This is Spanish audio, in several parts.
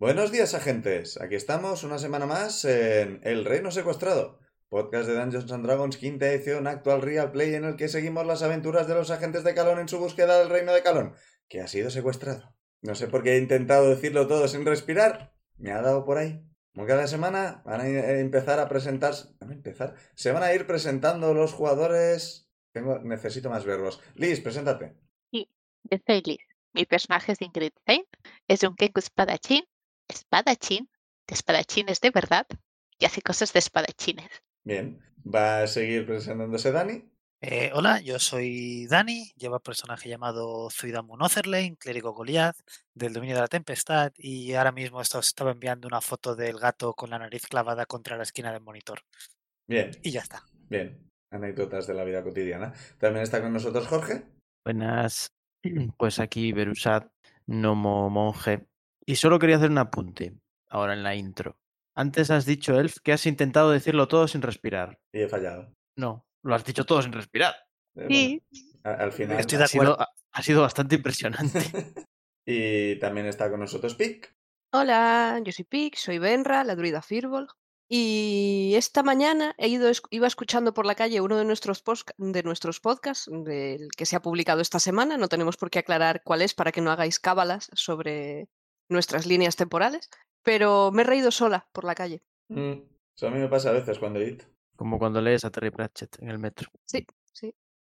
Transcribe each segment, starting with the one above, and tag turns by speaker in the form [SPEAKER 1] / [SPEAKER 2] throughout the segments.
[SPEAKER 1] Buenos días, agentes. Aquí estamos una semana más en El Reino Secuestrado, podcast de Dungeons and Dragons, quinta edición, actual Real Play, en el que seguimos las aventuras de los agentes de Calón en su búsqueda del Reino de Calón, que ha sido secuestrado. No sé por qué he intentado decirlo todo sin respirar. Me ha dado por ahí. Como cada semana van a i- eh, empezar a presentarse. ¿Van a empezar? Se van a ir presentando los jugadores. Tengo... Necesito más verbos. Liz, preséntate.
[SPEAKER 2] Yo soy Liz. Mi personaje es Ingrid Zane. Es un Kenku espadachín. Espadachín. De espadachines de verdad. Y hace cosas de espadachines.
[SPEAKER 1] Bien. Va a seguir presentándose Dani.
[SPEAKER 3] Eh, hola, yo soy Dani, llevo un personaje llamado Zuidamun Otherlane, clérigo Goliath, del dominio de la tempestad, y ahora mismo esto- os estaba enviando una foto del gato con la nariz clavada contra la esquina del monitor.
[SPEAKER 1] Bien.
[SPEAKER 3] Y ya está.
[SPEAKER 1] Bien, anécdotas de la vida cotidiana. También está con nosotros Jorge.
[SPEAKER 4] Buenas, pues aquí Berusat, gnomo monje. Y solo quería hacer un apunte ahora en la intro. Antes has dicho, Elf, que has intentado decirlo todo sin respirar.
[SPEAKER 1] Y he fallado.
[SPEAKER 4] No, lo has dicho todo sin respirar.
[SPEAKER 1] Eh,
[SPEAKER 2] Sí.
[SPEAKER 1] bueno, a- al final.
[SPEAKER 3] Estoy de
[SPEAKER 4] ha, sido,
[SPEAKER 3] acuerdo.
[SPEAKER 4] ha- ha sido bastante impresionante.
[SPEAKER 1] Y también está con nosotros Pic.
[SPEAKER 5] Hola, yo soy Pic, soy Benra, la druida Firbolg. Y esta mañana he ido, esc- iba escuchando por la calle uno de nuestros, posca- de nuestros podcasts, del que se ha publicado esta semana. No tenemos por qué aclarar cuál es para que no hagáis cábalas sobre nuestras líneas temporales. Pero me he reído sola por la calle.
[SPEAKER 1] Mm, Eso a mí me pasa a veces cuando edito.
[SPEAKER 4] Como cuando lees a Terry Pratchett en el metro.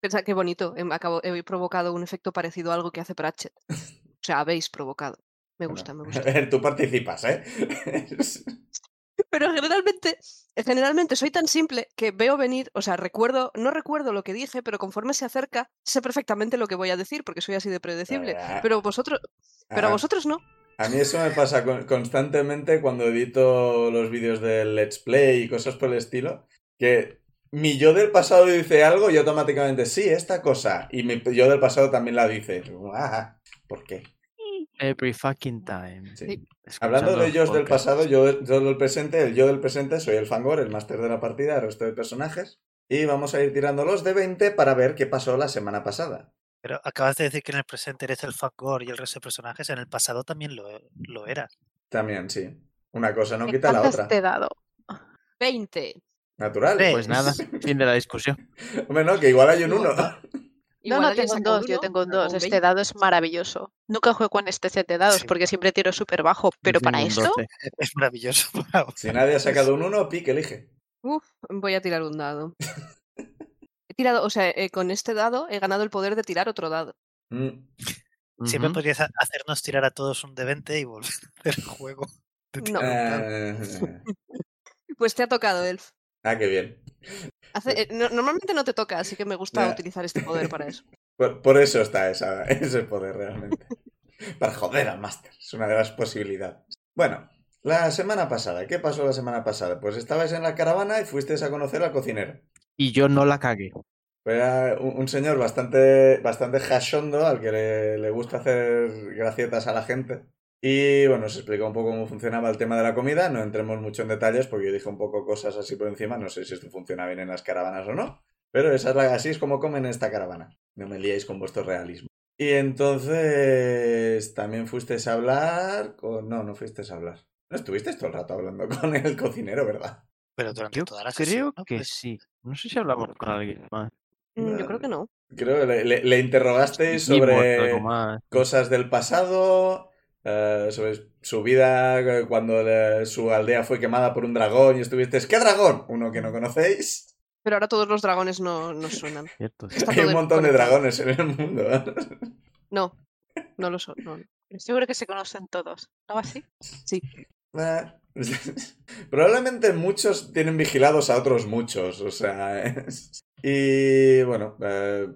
[SPEAKER 5] Pensad qué bonito, em, acabo- he provocado un efecto parecido a algo que hace Pratchett. O sea, habéis provocado. Me
[SPEAKER 1] Bueno,
[SPEAKER 5] gusta, me
[SPEAKER 1] A
[SPEAKER 5] gusta.
[SPEAKER 1] ver, tú participas, ¿eh?
[SPEAKER 5] Pero generalmente, generalmente soy tan simple que veo venir, o sea, recuerdo, no recuerdo lo que dije, pero conforme se acerca, sé perfectamente lo que voy a decir, porque soy así de predecible.
[SPEAKER 1] Ah,
[SPEAKER 5] Pero vosotros, pero a
[SPEAKER 1] ah,
[SPEAKER 5] vosotros no.
[SPEAKER 1] A mí eso me pasa con- constantemente cuando edito los vídeos del Let's Play y cosas por el estilo. Que mi yo del pasado dice algo y automáticamente, sí, esta cosa. Y mi yo del pasado también la dice. Ah, ¿Por qué?
[SPEAKER 4] Every fucking time.
[SPEAKER 1] Sí.
[SPEAKER 4] Escuchando
[SPEAKER 1] Hablando de
[SPEAKER 4] los
[SPEAKER 1] ellos del
[SPEAKER 4] podcasts.
[SPEAKER 1] pasado, yo, del- yo del presente, el yo del presente, soy el Fangor, el máster de la partida, el resto de personajes. Y vamos a ir tirando los de 20 para ver qué pasó la semana pasada.
[SPEAKER 3] Pero acabas de decir que en el presente eres el Fangor y el resto de personajes, en el pasado también lo,
[SPEAKER 6] eh,
[SPEAKER 3] lo eras.
[SPEAKER 1] También, sí. Una cosa no
[SPEAKER 2] ¿Qué
[SPEAKER 1] quita la
[SPEAKER 2] cartas
[SPEAKER 1] otra.
[SPEAKER 2] te
[SPEAKER 5] este-
[SPEAKER 2] he dado?
[SPEAKER 5] 20.
[SPEAKER 1] Natural.
[SPEAKER 3] Tres.
[SPEAKER 4] Pues nada, fin de la discusión.
[SPEAKER 1] Hombre, no, que igual hay un
[SPEAKER 5] No,
[SPEAKER 1] 1.
[SPEAKER 2] No,
[SPEAKER 5] Igual
[SPEAKER 2] no,
[SPEAKER 5] alguien
[SPEAKER 2] tengo un
[SPEAKER 5] sacó
[SPEAKER 2] 2, yo
[SPEAKER 5] uno,
[SPEAKER 2] tengo un
[SPEAKER 5] sacó
[SPEAKER 2] 2. Este
[SPEAKER 5] 20.
[SPEAKER 2] dado es maravilloso. Nunca juego con este set de dados
[SPEAKER 3] Sí.
[SPEAKER 2] porque siempre tiro súper bajo, pero para
[SPEAKER 4] Ningún
[SPEAKER 2] eso
[SPEAKER 4] 12.
[SPEAKER 3] Es maravilloso. bravo.
[SPEAKER 1] Si nadie ha sacado un 1, Pique elige.
[SPEAKER 5] Uf, voy a tirar un dado. He tirado, o sea, eh, con este dado he ganado el poder de tirar otro dado.
[SPEAKER 1] Mm,
[SPEAKER 3] Siempre
[SPEAKER 4] Ujú.
[SPEAKER 3] podrías ha- hacernos tirar a todos un de 20 y volver a hacer el juego. de
[SPEAKER 5] No.
[SPEAKER 3] tirar un dado.
[SPEAKER 1] eh,
[SPEAKER 5] Pues te ha tocado, Elf.
[SPEAKER 1] ah, qué bien.
[SPEAKER 5] Hace- eh, no- normalmente no te toca, así que me gusta
[SPEAKER 1] Ya.
[SPEAKER 5] utilizar este poder para eso.
[SPEAKER 1] Por, por eso está esa, ese poder realmente. Para joder al máster. Es una de las posibilidades. Bueno, la semana pasada. ¿Qué pasó la semana pasada? Pues estabais en la caravana y fuisteis a conocer al cocinero.
[SPEAKER 4] Y yo no la cagué.
[SPEAKER 1] Era un, un señor bastante, bastante jachondo al que le, le gusta hacer gracietas a la gente. Y bueno, se explicó un poco cómo funcionaba el tema de la comida. No entremos mucho en detalles porque yo dije un poco cosas así por encima. No sé si esto funciona bien en las caravanas o no. Pero esa es la, así es como comen en esta caravana. No me liéis con vuestro realismo. Y entonces también fuisteis a hablar con... No, no fuisteis a hablar. No estuvisteis todo el rato hablando con el cocinero, ¿verdad?
[SPEAKER 3] Pero durante
[SPEAKER 4] Yo
[SPEAKER 3] toda la sesión.
[SPEAKER 4] creo
[SPEAKER 3] ¿no?
[SPEAKER 4] que
[SPEAKER 3] Pues,
[SPEAKER 4] sí. No sé si hablamos con alguien más.
[SPEAKER 5] Mm, Yo creo que no.
[SPEAKER 1] Creo que le, le- le interrogasteis
[SPEAKER 4] Dijimos
[SPEAKER 1] sobre...
[SPEAKER 4] algo más.
[SPEAKER 1] cosas del pasado, eh, sobre su vida eh, cuando eh, su aldea fue quemada por un dragón y estuvisteis, ¿qué dragón? Uno que no conocéis.
[SPEAKER 5] Pero ahora todos los dragones no nos suenan.
[SPEAKER 4] Cierto,
[SPEAKER 5] Está
[SPEAKER 1] Hay
[SPEAKER 5] todo
[SPEAKER 1] un montón de
[SPEAKER 5] conectado.
[SPEAKER 1] dragones en el mundo.
[SPEAKER 5] No, no lo son. no, no.
[SPEAKER 2] seguro que se conocen todos. ¿No va así?
[SPEAKER 1] Ah, Probablemente muchos tienen vigilados a otros muchos, o sea... es- Y bueno, eh,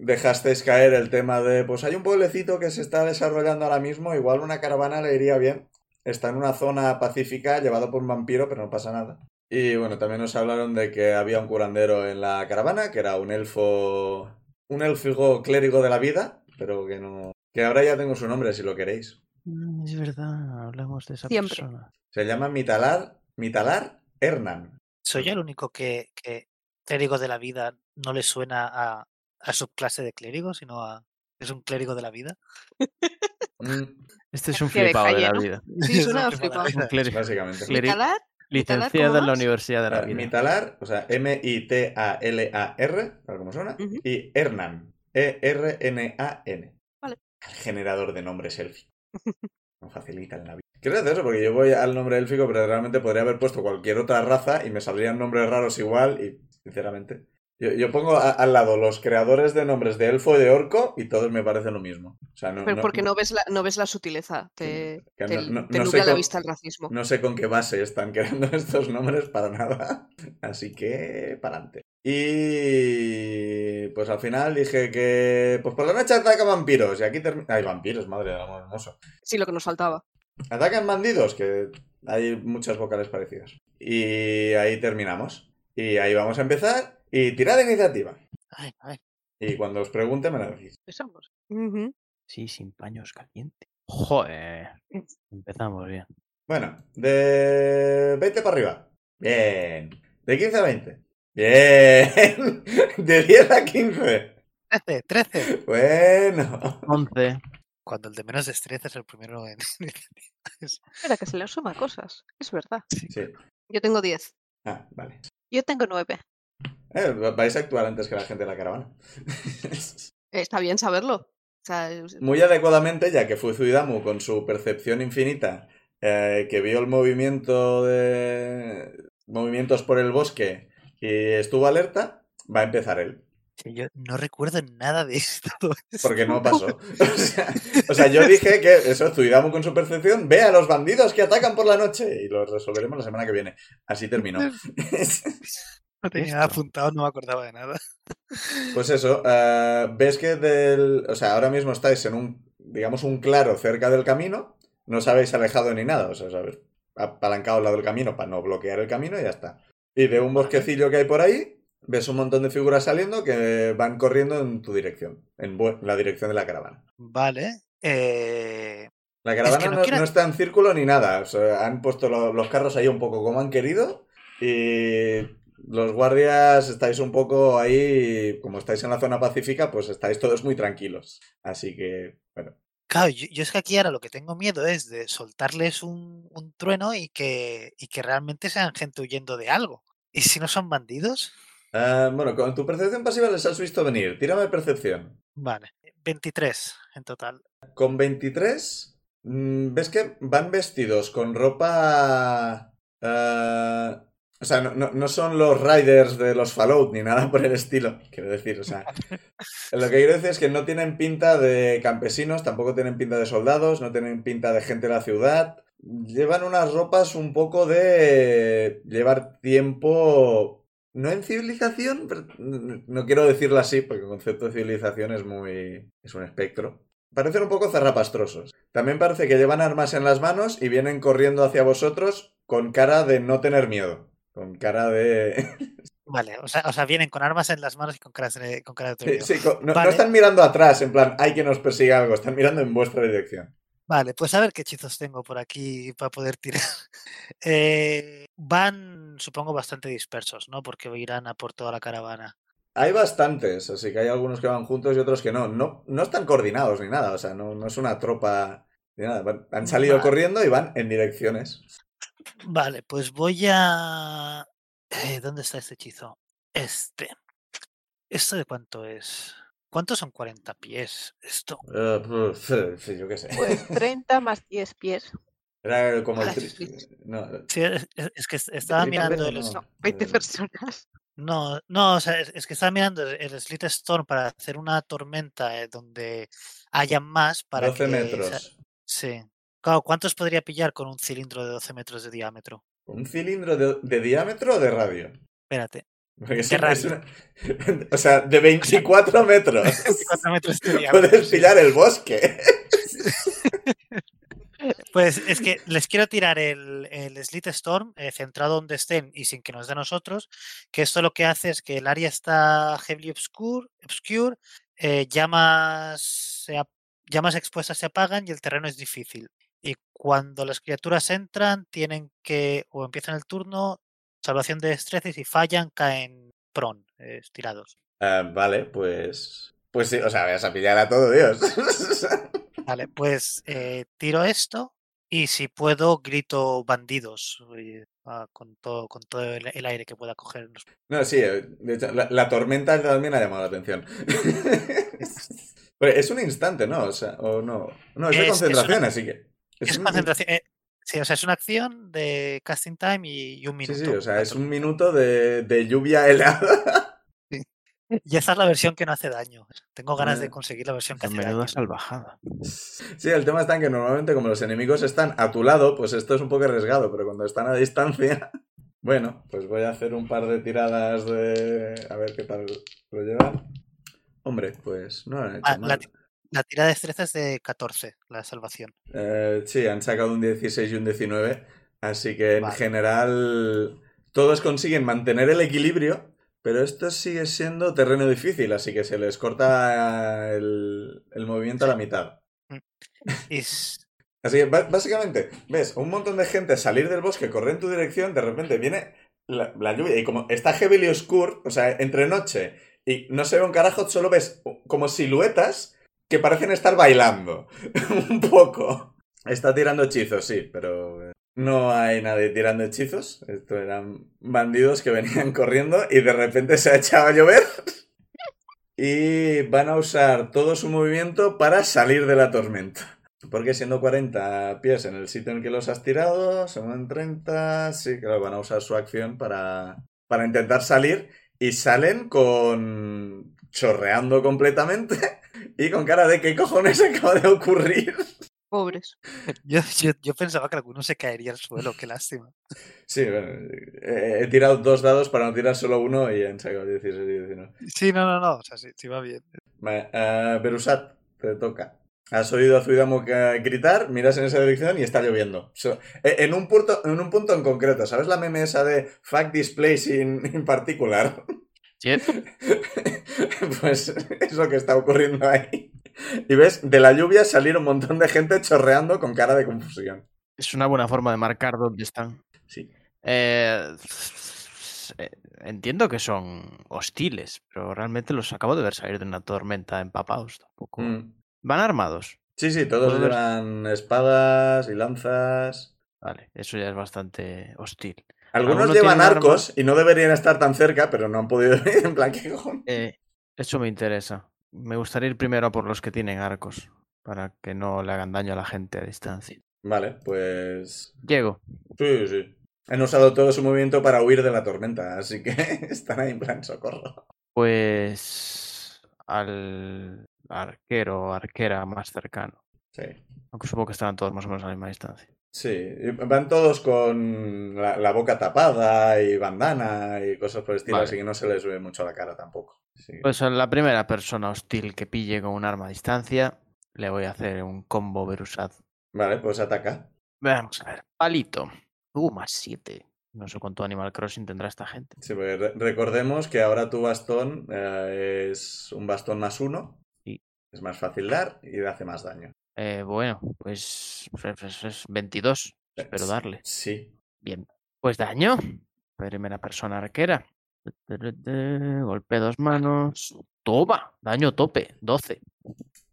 [SPEAKER 1] dejasteis caer el tema de, pues hay un pueblecito que se está desarrollando ahora mismo, igual una caravana le iría bien. Está en una zona pacífica llevado por un vampiro, pero no pasa nada. Y bueno, también nos hablaron de que había un curandero en la caravana, que era un elfo, un élfigo clérigo de la vida, pero que no, que ahora ya tengo su nombre si lo queréis.
[SPEAKER 4] Mm, Es verdad, hablamos de esa
[SPEAKER 5] Siempre.
[SPEAKER 4] persona.
[SPEAKER 1] Se llama Mitalar, Mitalar Hernan.
[SPEAKER 6] Soy yo el único que, que clérigo de la vida no le suena a, a subclase de clérigo, sino a. Es un clérigo de la vida.
[SPEAKER 1] Mm,
[SPEAKER 4] Este es
[SPEAKER 5] Es
[SPEAKER 4] un
[SPEAKER 5] que de
[SPEAKER 4] flipado de
[SPEAKER 5] calle,
[SPEAKER 4] la
[SPEAKER 5] ¿no?
[SPEAKER 4] vida.
[SPEAKER 5] Sí,
[SPEAKER 6] Es
[SPEAKER 5] suena
[SPEAKER 6] un tipo de la
[SPEAKER 5] flipado.
[SPEAKER 4] Un
[SPEAKER 6] vida.
[SPEAKER 4] clérigo-
[SPEAKER 1] básicamente.
[SPEAKER 4] cleric-
[SPEAKER 5] Talar,
[SPEAKER 4] licenciado en la
[SPEAKER 5] más?
[SPEAKER 4] Universidad de la
[SPEAKER 1] Vale,
[SPEAKER 4] Vida.
[SPEAKER 1] Mitalar, o sea, M-I-T-A-L-A-R, tal como suena,
[SPEAKER 5] Ujú.
[SPEAKER 1] y E Hernan, E-R-N-A-N.
[SPEAKER 5] Vale.
[SPEAKER 1] El generador de nombres élficos. No facilita la vida. Qué gracioso, porque yo voy al nombre élfico, pero realmente podría haber puesto cualquier otra raza y me saldrían nombres raros igual, y sinceramente. Yo, yo pongo a- al lado los creadores de nombres de elfo y de orco y todos me parecen lo mismo. O sea, no,
[SPEAKER 5] Pero
[SPEAKER 1] no-
[SPEAKER 5] porque no ves la, no ves la sutileza, te,
[SPEAKER 1] que
[SPEAKER 5] te,
[SPEAKER 1] no- no-
[SPEAKER 5] te
[SPEAKER 1] no sé
[SPEAKER 5] nubla la
[SPEAKER 1] cómo- Mm.
[SPEAKER 5] vista el racismo.
[SPEAKER 1] no sé con qué base están creando estos nombres para nada. Así que, para adelante. Y pues al final dije que. Pues por la noche ataca vampiros. Y aquí termina. Hay vampiros, madre del amor hermoso.
[SPEAKER 5] Sí, lo que nos faltaba.
[SPEAKER 1] Atacan bandidos, que hay muchas vocales parecidas. Y ahí terminamos. Y ahí vamos a empezar. Y tirad iniciativa.
[SPEAKER 6] Ay, ay,
[SPEAKER 1] Y cuando os pregunte, me la decís.
[SPEAKER 2] Empezamos.
[SPEAKER 5] Ujú.
[SPEAKER 4] Sí, sin paños calientes. Joder. Empezamos bien.
[SPEAKER 1] Bueno, de 20 para arriba. Bien. De 15 a 20. Bien. De 10 a 15.
[SPEAKER 6] 13, 13.
[SPEAKER 1] Bueno.
[SPEAKER 4] 11.
[SPEAKER 6] Cuando el de menos destreza es el primero en. es-
[SPEAKER 2] Espera, que se le suma cosas. Es verdad.
[SPEAKER 1] Sí.
[SPEAKER 5] Yo tengo 10.
[SPEAKER 1] Ah, vale.
[SPEAKER 2] Yo tengo nueve.
[SPEAKER 1] Eh, vais a actuar antes que la gente de la caravana.
[SPEAKER 5] Eh, Está bien saberlo. O sea, es-
[SPEAKER 1] Muy adecuadamente, ya que Fuzuidamu, con su percepción infinita, eh, que vio el movimiento de. movimientos por el bosque y estuvo alerta, va a empezar él.
[SPEAKER 6] Sí, yo no recuerdo nada de esto.
[SPEAKER 1] Porque no pasó. O sea, o sea, yo dije que eso, Zuidamu con su percepción, ve a los bandidos que atacan por la noche y los resolveremos la semana que viene. Así terminó.
[SPEAKER 6] No tenía nada apuntado, no me acordaba de nada.
[SPEAKER 1] Pues eso, eh, ves que del. O sea, ahora mismo estáis en un, digamos, un claro cerca del camino. No os habéis alejado ni nada, o sea, os habéis apalancado al lado del camino para no bloquear el camino y ya está. Y de un bosquecillo que hay por ahí, ves un montón de figuras saliendo que van corriendo en tu dirección, en bu- la dirección de la caravana.
[SPEAKER 6] Vale. eh,
[SPEAKER 1] La caravana
[SPEAKER 6] Es que no
[SPEAKER 1] no,
[SPEAKER 6] quiero-
[SPEAKER 1] no está en círculo ni nada. o sea, han puesto lo- los carros ahí un poco como han querido. Y los guardias estáis un poco ahí. Como estáis en la zona pacífica, pues estáis todos muy tranquilos. Así que, bueno.
[SPEAKER 6] Claro, yo, yo es que aquí ahora lo que tengo miedo es de soltarles un, un trueno y que, y que realmente sean gente huyendo de algo. ¿Y si no son bandidos?
[SPEAKER 1] Ah, bueno, con tu percepción pasiva les has visto venir. Tírame percepción.
[SPEAKER 6] Vale. 23 en total.
[SPEAKER 1] Con 23, mm, ves que van vestidos con ropa. ah, o sea, no, no- no son los riders de los Fallout ni nada por el estilo, quiero decir. O sea, lo que quiero decir es que no tienen pinta de campesinos, tampoco tienen pinta de soldados, no tienen pinta de gente de la ciudad. Llevan unas ropas un poco de llevar tiempo. No en civilización, pero n- no quiero decirlo así, porque el concepto de civilización es muy. es un espectro. Parecen un poco zarrapastrosos. También parece que llevan armas en las manos y vienen corriendo hacia vosotros con cara de no tener miedo. Con cara de.
[SPEAKER 6] Vale, o sea, o sea, vienen con armas en las manos y con caras de, con cara de
[SPEAKER 1] Sí,
[SPEAKER 6] atrevido.
[SPEAKER 1] sí, con- no, no
[SPEAKER 6] Vale.
[SPEAKER 1] están mirando atrás, en plan, hay que nos persiga algo, están mirando en vuestra dirección.
[SPEAKER 6] Vale, pues a ver qué hechizos tengo por aquí para poder tirar. Eh, van, supongo, bastante dispersos, ¿no? Porque irán a por toda la caravana.
[SPEAKER 1] Hay bastantes, así que hay algunos que van juntos y otros que no. No, no están coordinados ni nada, o sea, no, no es una tropa ni nada. Van- Han salido
[SPEAKER 6] Vale.
[SPEAKER 1] corriendo y van en direcciones.
[SPEAKER 6] Vale, pues voy a... Eh, ¿Dónde está este hechizo? Este. ¿Esto de cuánto es? ¿Cuántos son 40 pies? Esto.
[SPEAKER 1] Eh, pues, sí, yo qué sé.
[SPEAKER 2] Pues 30 más 10 pies.
[SPEAKER 1] Era como el
[SPEAKER 5] Ah,
[SPEAKER 1] tri-
[SPEAKER 5] sí, sí.
[SPEAKER 1] no,
[SPEAKER 6] Sí, es, es- es que es- estaba
[SPEAKER 1] triple
[SPEAKER 6] mirando
[SPEAKER 1] o
[SPEAKER 6] el... es-
[SPEAKER 1] no?
[SPEAKER 2] 20
[SPEAKER 1] Eh,
[SPEAKER 2] personas.
[SPEAKER 6] No, no, o sea, es, es que estaba mirando el, el Slit Storm para hacer una tormenta eh, donde haya más para
[SPEAKER 1] 12
[SPEAKER 6] que...
[SPEAKER 1] metros.
[SPEAKER 6] sa- Sí. Claro, ¿cuántos podría pillar con un cilindro de 12 metros de diámetro?
[SPEAKER 1] ¿Un cilindro de, de diámetro o de radio?
[SPEAKER 6] Espérate.
[SPEAKER 1] Porque es-
[SPEAKER 6] Qué raro.
[SPEAKER 1] es una- O sea, de 24 metros.
[SPEAKER 6] 24 metros de diámetro,
[SPEAKER 1] Puedes
[SPEAKER 6] sí.
[SPEAKER 1] pillar el bosque.
[SPEAKER 6] Pues es que les quiero tirar el, el Slit Storm eh, centrado donde estén y sin que nos dé a nosotros, que esto lo que hace es que el área está heavily obscure, obscure eh, llamas, se ap- llamas expuestas se apagan y el terreno es difícil. Y cuando las criaturas entran, tienen que, o empiezan el turno, salvación de destreza y si fallan, caen prone, eh, tirados.
[SPEAKER 1] Ah, vale, pues. Pues sí, o sea, vas a pillar a todo Dios.
[SPEAKER 6] Vale, pues eh, tiro esto y si puedo grito bandidos eh, ah, con todo, con todo el, el aire que pueda coger. Nos-
[SPEAKER 1] No, sí, eh, de hecho, la, la tormenta también ha llamado la atención. Pero es un instante, ¿no? O sea, o no. No, es
[SPEAKER 6] Es-
[SPEAKER 1] de
[SPEAKER 6] es
[SPEAKER 1] concentración,
[SPEAKER 6] una-
[SPEAKER 1] así que.
[SPEAKER 6] Es
[SPEAKER 1] un-
[SPEAKER 6] concentración. eh, sí, o sea, es una acción de casting time y, y un
[SPEAKER 1] Sí,
[SPEAKER 6] minuto.
[SPEAKER 1] sí, o sea,
[SPEAKER 6] una
[SPEAKER 1] es
[SPEAKER 6] tor-
[SPEAKER 1] un minuto de, de lluvia helada.
[SPEAKER 6] Y esa es la versión que no hace daño. Tengo ganas de
[SPEAKER 1] Vale.
[SPEAKER 6] conseguir la versión que
[SPEAKER 4] Qué
[SPEAKER 6] hace daño.
[SPEAKER 4] menuda salvajada.
[SPEAKER 1] Sí, el tema está en que normalmente como los enemigos están a tu lado, pues esto es un poco arriesgado, pero cuando están a distancia... Bueno, pues voy a hacer un par de tiradas de... A ver qué tal lo llevan. Hombre, pues no lo han hecho
[SPEAKER 6] Ah, la
[SPEAKER 1] mal.
[SPEAKER 6] ti- La tira de destreza es de 14, la salvación.
[SPEAKER 1] Eh, sí, han sacado un 16 y un 19, así que en
[SPEAKER 6] Vale.
[SPEAKER 1] general todos consiguen mantener el equilibrio, pero esto sigue siendo terreno difícil, así que se les corta el, el movimiento a la mitad.
[SPEAKER 6] Y s-
[SPEAKER 1] Así que ba- básicamente, ves a un montón de gente salir del bosque, correr en tu dirección, de repente viene la, la lluvia y como está heavily oscuro, o sea, entre noche y no se ve un carajo, solo ves como siluetas que parecen estar bailando. un poco. Está tirando hechizos, sí, pero eh, no hay nadie tirando hechizos. Esto eran bandidos que venían corriendo y de repente se ha echado a llover. Y van a usar todo su movimiento para salir de la tormenta. Porque siendo 40 pies en el sitio en el que los has tirado, se mueven 30. Sí, claro, van a usar su acción para, para intentar salir. Y salen con. chorreando completamente. Y con cara de qué cojones acaba de ocurrir.
[SPEAKER 5] Pobres.
[SPEAKER 6] yo, yo- yo pensaba que alguno se caería al suelo, qué lástima.
[SPEAKER 1] Sí, bueno, eh, he tirado dos dados para no tirar solo uno y han sacado 16 y 19.
[SPEAKER 6] Sí, no, no, no, o sea, sí, sí va bien.
[SPEAKER 1] Vale, eh, Berusat, te toca. Has oído a Zuidamo ca- gritar, miras en esa dirección y está lloviendo. So- e- en, un punto, en un punto en concreto, ¿sabes la meme esa de Fact Displays in, in particular?
[SPEAKER 4] Yep.
[SPEAKER 1] pues es lo que está ocurriendo ahí. Y ves, de la lluvia salir un montón de gente chorreando con cara de confusión.
[SPEAKER 4] Es una buena forma de marcar dónde están.
[SPEAKER 1] Sí.
[SPEAKER 4] Eh, eh, entiendo que son hostiles, pero realmente los acabo de ver salir de una tormenta empapados. Tampoco.
[SPEAKER 1] Mm.
[SPEAKER 4] Van armados.
[SPEAKER 1] Sí, sí, todos
[SPEAKER 4] Puedo ver-
[SPEAKER 1] llevan espadas y lanzas.
[SPEAKER 4] Vale, eso ya es bastante hostil.
[SPEAKER 1] Algunos
[SPEAKER 4] Alguno
[SPEAKER 1] llevan
[SPEAKER 4] tiene un
[SPEAKER 1] arcos y no deberían estar tan cerca, pero no han podido ir en plan, ¿qué cojones?
[SPEAKER 4] Eh, eso me interesa. Me gustaría ir primero a por los que tienen arcos, para que no le hagan daño a la gente a distancia.
[SPEAKER 1] Vale, pues...
[SPEAKER 4] Llego.
[SPEAKER 1] Sí, sí. Han usado todo su movimiento para huir de la tormenta, así que están ahí en plan socorro.
[SPEAKER 4] Pues al arquero o arquera más cercano.
[SPEAKER 1] Sí.
[SPEAKER 4] Aunque supongo que estaban todos más o menos a la misma distancia.
[SPEAKER 1] Sí, y van todos con la, la boca tapada y bandana y cosas por el estilo,
[SPEAKER 4] Vale.
[SPEAKER 1] así que no se les sube mucho la cara tampoco. Así que-
[SPEAKER 4] Pues a la primera persona hostil que pille con un arma a distancia, le voy a hacer un combo Verusat.
[SPEAKER 1] Vale, pues ataca.
[SPEAKER 4] Vamos a ver. Palito. Uh, más 7. No sé cuánto Animal Crossing tendrá esta gente.
[SPEAKER 1] Sí, porque re- recordemos que ahora tu bastón eh, es un bastón más uno.
[SPEAKER 4] Sí.
[SPEAKER 1] Es más fácil dar y hace más daño.
[SPEAKER 4] Eh, bueno, pues, pues, pues, pues, 22. Espero
[SPEAKER 1] Sí.
[SPEAKER 4] darle.
[SPEAKER 1] Sí,
[SPEAKER 4] Bien. Pues daño. Primera persona arquera. Teterete, Golpe
[SPEAKER 1] Ah,
[SPEAKER 4] dos manos. Toma. Daño tope. 12.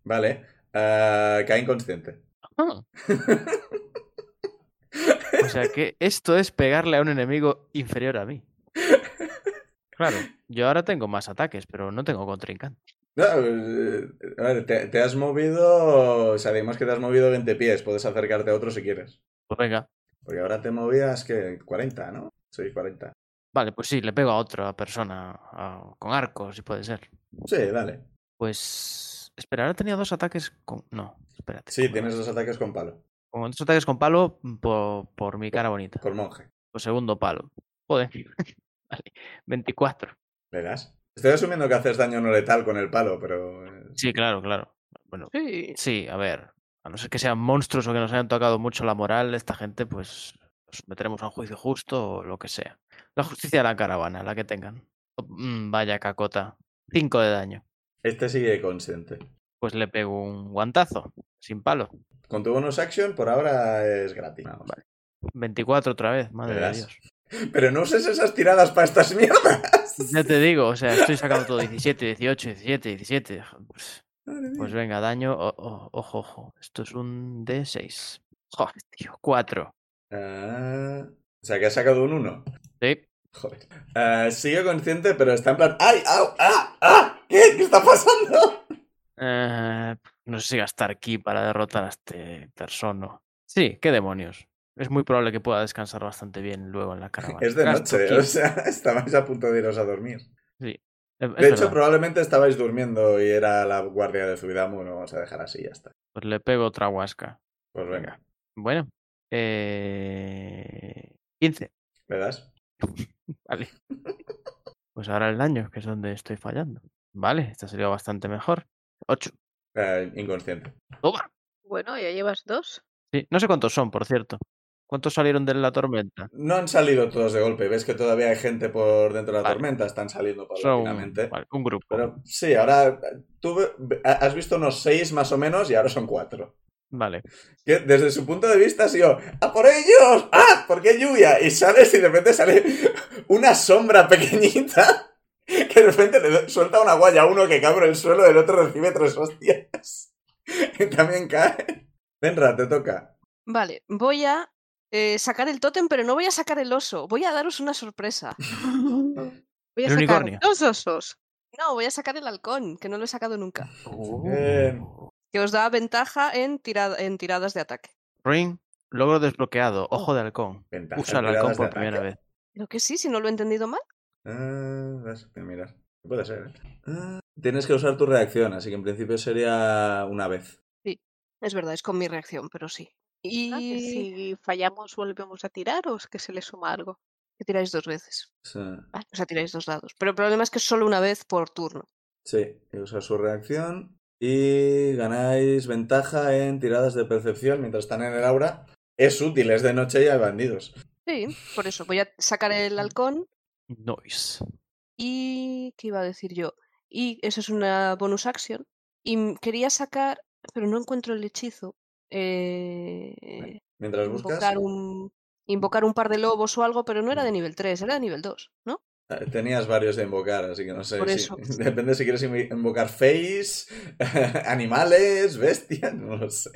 [SPEAKER 1] Vale. eh, cae inconsciente.
[SPEAKER 4] Ah. O sea que esto es pegarle a un enemigo inferior a mí. Claro, yo ahora tengo más ataques, pero no tengo contrincante.
[SPEAKER 1] No, eh, a ver, te, te has movido. Sabemos que te has movido 20 pies. Puedes acercarte a otro si quieres.
[SPEAKER 4] Pues venga.
[SPEAKER 1] Porque ahora te movías que 40, ¿no? Sí, 40.
[SPEAKER 4] Vale, pues sí, le pego a otra persona a- con arcos, si puede ser.
[SPEAKER 1] Sí, dale.
[SPEAKER 4] Pues. Espera, ahora tenía dos ataques con. No, espérate.
[SPEAKER 1] Sí,
[SPEAKER 4] ¿cómo era?
[SPEAKER 1] tienes dos ataques con palo.
[SPEAKER 4] Con dos ataques con palo po- por, mi cara bonita.
[SPEAKER 1] Con monje.
[SPEAKER 4] Por segundo palo. Joder. Vale, 24.
[SPEAKER 1] Verás. Estoy asumiendo que haces daño no letal con el palo, pero. eh,
[SPEAKER 4] Sí, claro, claro. Bueno,
[SPEAKER 5] Sí.
[SPEAKER 4] sí, a ver. A no ser que sean monstruos o que nos hayan tocado mucho la moral, esta gente, pues los meteremos a un juicio justo o lo que sea. La justicia de la caravana, la que tengan. Oh, mm, vaya cacota. 5 de daño.
[SPEAKER 1] Este sigue consciente.
[SPEAKER 4] Pues le pego un guantazo, sin palo.
[SPEAKER 1] Con tu bonus action, por ahora es gratis. vamos.
[SPEAKER 4] 24 otra vez, madre de
[SPEAKER 1] Verás.
[SPEAKER 4] Dios.
[SPEAKER 1] Pero no uses esas tiradas para estas mierdas.
[SPEAKER 4] Ya te digo, o sea, estoy sacando todo 17, 18, 17, 17. Pues,
[SPEAKER 1] Madre mía.
[SPEAKER 4] pues venga, daño, o- o- ojo, ojo. Esto es un D6. Joder, tío, 4.
[SPEAKER 1] Ah, o sea, que has sacado un 1.
[SPEAKER 4] Sí,
[SPEAKER 1] Joder. Ah, sigue consciente, pero está en plan. ¡Ay! ¡Au! ¡Ah! ¡Ah! ¿Qué? ¿Qué está pasando?
[SPEAKER 4] Eh, no sé si gastar aquí para derrotar a este persona. Sí, qué demonios. Es muy probable que pueda descansar bastante bien luego en la caravana.
[SPEAKER 1] Es de
[SPEAKER 4] Gasto
[SPEAKER 1] noche,
[SPEAKER 4] ki.
[SPEAKER 1] o sea, estabais a punto de iros a dormir.
[SPEAKER 4] Eh, es
[SPEAKER 1] De hecho,
[SPEAKER 4] verdad.
[SPEAKER 1] probablemente estabais durmiendo y era la guardia de Zuidamu, lo vamos a dejar así, ya está.
[SPEAKER 4] Pues le pego otra huasca.
[SPEAKER 1] Pues venga,
[SPEAKER 4] Bueno. Eh... 15.
[SPEAKER 1] ¿le das?
[SPEAKER 4] Vale. Pues ahora el daño, que es donde estoy fallando. Vale, esta sería bastante mejor. 8.
[SPEAKER 1] Eh, inconsciente.
[SPEAKER 4] Toma.
[SPEAKER 2] Bueno, ya llevas dos.
[SPEAKER 4] Sí, no sé cuántos son, por cierto. ¿Cuántos salieron de la tormenta?
[SPEAKER 1] No han salido todos de golpe, ves que todavía hay gente por dentro de la
[SPEAKER 4] Vale.
[SPEAKER 1] tormenta, están saliendo
[SPEAKER 4] Son
[SPEAKER 1] paulatinamente.
[SPEAKER 4] vale, un grupo.
[SPEAKER 1] Pues Pero sí, ahora eh, tú ve- has visto unos seis más o menos y ahora son cuatro.
[SPEAKER 4] Vale.
[SPEAKER 1] Que desde su punto de vista ha sido ¡A por ellos! ¡Ah! ¿Por qué lluvia? Y sales y de repente sale una sombra pequeñita que de repente le do- suelta una guaya a uno que cae por el suelo, el otro recibe tres hostias y también cae. Benra, te toca.
[SPEAKER 5] Vale, voy a eh, sacar el tótem, pero no voy a sacar el oso. Voy a daros una sorpresa.
[SPEAKER 2] Voy a
[SPEAKER 4] El
[SPEAKER 2] sacar
[SPEAKER 4] unicornio.
[SPEAKER 2] dos osos.
[SPEAKER 5] No, voy a sacar el halcón, que no lo he sacado nunca.
[SPEAKER 1] Bien.
[SPEAKER 4] Uh.
[SPEAKER 5] Que os da ventaja en, tirada- en tiradas de ataque.
[SPEAKER 4] Ring, logro desbloqueado. Ojo de halcón.
[SPEAKER 1] Ventaja,
[SPEAKER 4] Usa el
[SPEAKER 1] tiradas
[SPEAKER 4] halcón
[SPEAKER 1] de
[SPEAKER 4] por
[SPEAKER 1] este ataque.
[SPEAKER 4] primera vez.
[SPEAKER 5] Creo que sí, si no lo he entendido mal.
[SPEAKER 1] Ah, vas a mirar. Puede ser. ¿eh? Ah, tienes que usar tu reacción, así que en principio sería una vez.
[SPEAKER 5] Es verdad, es con mi reacción, pero sí. Y
[SPEAKER 2] Ah, que si fallamos, volvemos a tirar o es que se le suma algo.
[SPEAKER 5] que tiráis dos veces.
[SPEAKER 1] O sea,
[SPEAKER 5] Vale, O sea, tiráis dos dados. Pero el problema es que es solo una vez por turno.
[SPEAKER 1] Sí, y usa su reacción y ganáis ventaja en tiradas de percepción mientras están en el aura. Es útil, es de noche y hay bandidos.
[SPEAKER 5] Sí, por eso voy a sacar el halcón
[SPEAKER 4] Noise.
[SPEAKER 5] y... ¿Qué iba a decir yo? Y eso es una bonus action. Y m- quería sacar, pero no encuentro el hechizo. eh,
[SPEAKER 1] Mientras buscas,
[SPEAKER 5] invocar, un, invocar un par de lobos o algo, pero no era de nivel 3, era de nivel 2, ¿no?
[SPEAKER 1] eh, tenías varios de invocar, así que no sé.
[SPEAKER 5] Por
[SPEAKER 1] si-
[SPEAKER 5] eso.
[SPEAKER 1] Depende si quieres invo- invocar face, animales, bestias, no lo sé.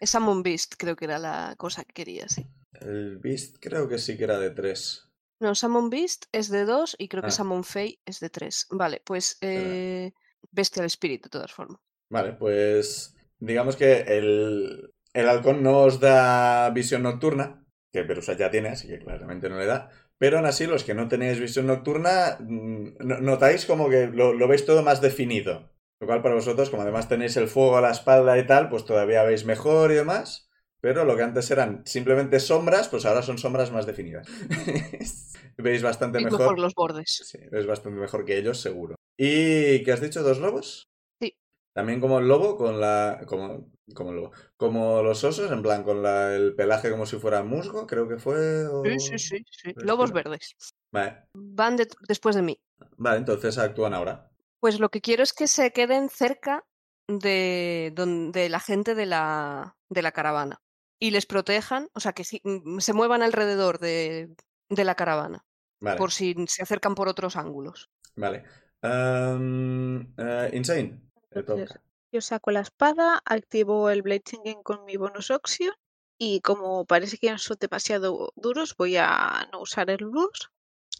[SPEAKER 5] Es Summon Beast, creo que era la cosa que quería, sí.
[SPEAKER 1] El beast creo que sí que era de tres.
[SPEAKER 5] No, Summon Beast es de 2 y creo
[SPEAKER 1] Ah.
[SPEAKER 5] que Summon Fey es de 3. Vale, pues eh, Bestial Spirit, de todas formas.
[SPEAKER 1] Vale, pues digamos que el, el halcón no os da visión nocturna, que Perusa ya tiene, así que claramente no le da. Pero aún así, los que no tenéis visión nocturna, mm, no- notáis como que lo, lo veis todo más definido. Lo cual para vosotros, como además tenéis el fuego a la espalda y tal, pues todavía veis mejor y demás. Pero lo que antes eran simplemente sombras, pues ahora son sombras más definidas. veis bastante
[SPEAKER 5] Y
[SPEAKER 1] mejor.
[SPEAKER 5] mejor los bordes.
[SPEAKER 1] Sí, es bastante mejor que ellos, seguro. ¿Y qué has dicho? ¿Dos lobos?
[SPEAKER 5] Sí.
[SPEAKER 1] También como el lobo, con la. como, como el lobo. Como los osos, en plan, con la- el pelaje como si fuera musgo, creo que fue. o-
[SPEAKER 5] Sí, sí, sí,
[SPEAKER 2] Pues
[SPEAKER 5] sí. Lobos
[SPEAKER 1] estilo.
[SPEAKER 5] verdes.
[SPEAKER 1] Vale.
[SPEAKER 5] Van de- después de mí.
[SPEAKER 1] Vale, entonces actúan ahora.
[SPEAKER 5] Pues lo que quiero es que se queden cerca de, don- de la gente de la, de la caravana. Y les protejan, o sea, que sí, mm, se muevan alrededor de, de la caravana,
[SPEAKER 1] Vale.
[SPEAKER 5] por si se acercan por otros ángulos.
[SPEAKER 1] Vale. Am, eh, Insane. te
[SPEAKER 2] Entonces,
[SPEAKER 1] toca.
[SPEAKER 2] Yo saco la espada, activo el Blade Singing con mi bonus oxio y como parece que son demasiado duros, voy a no usar el luz.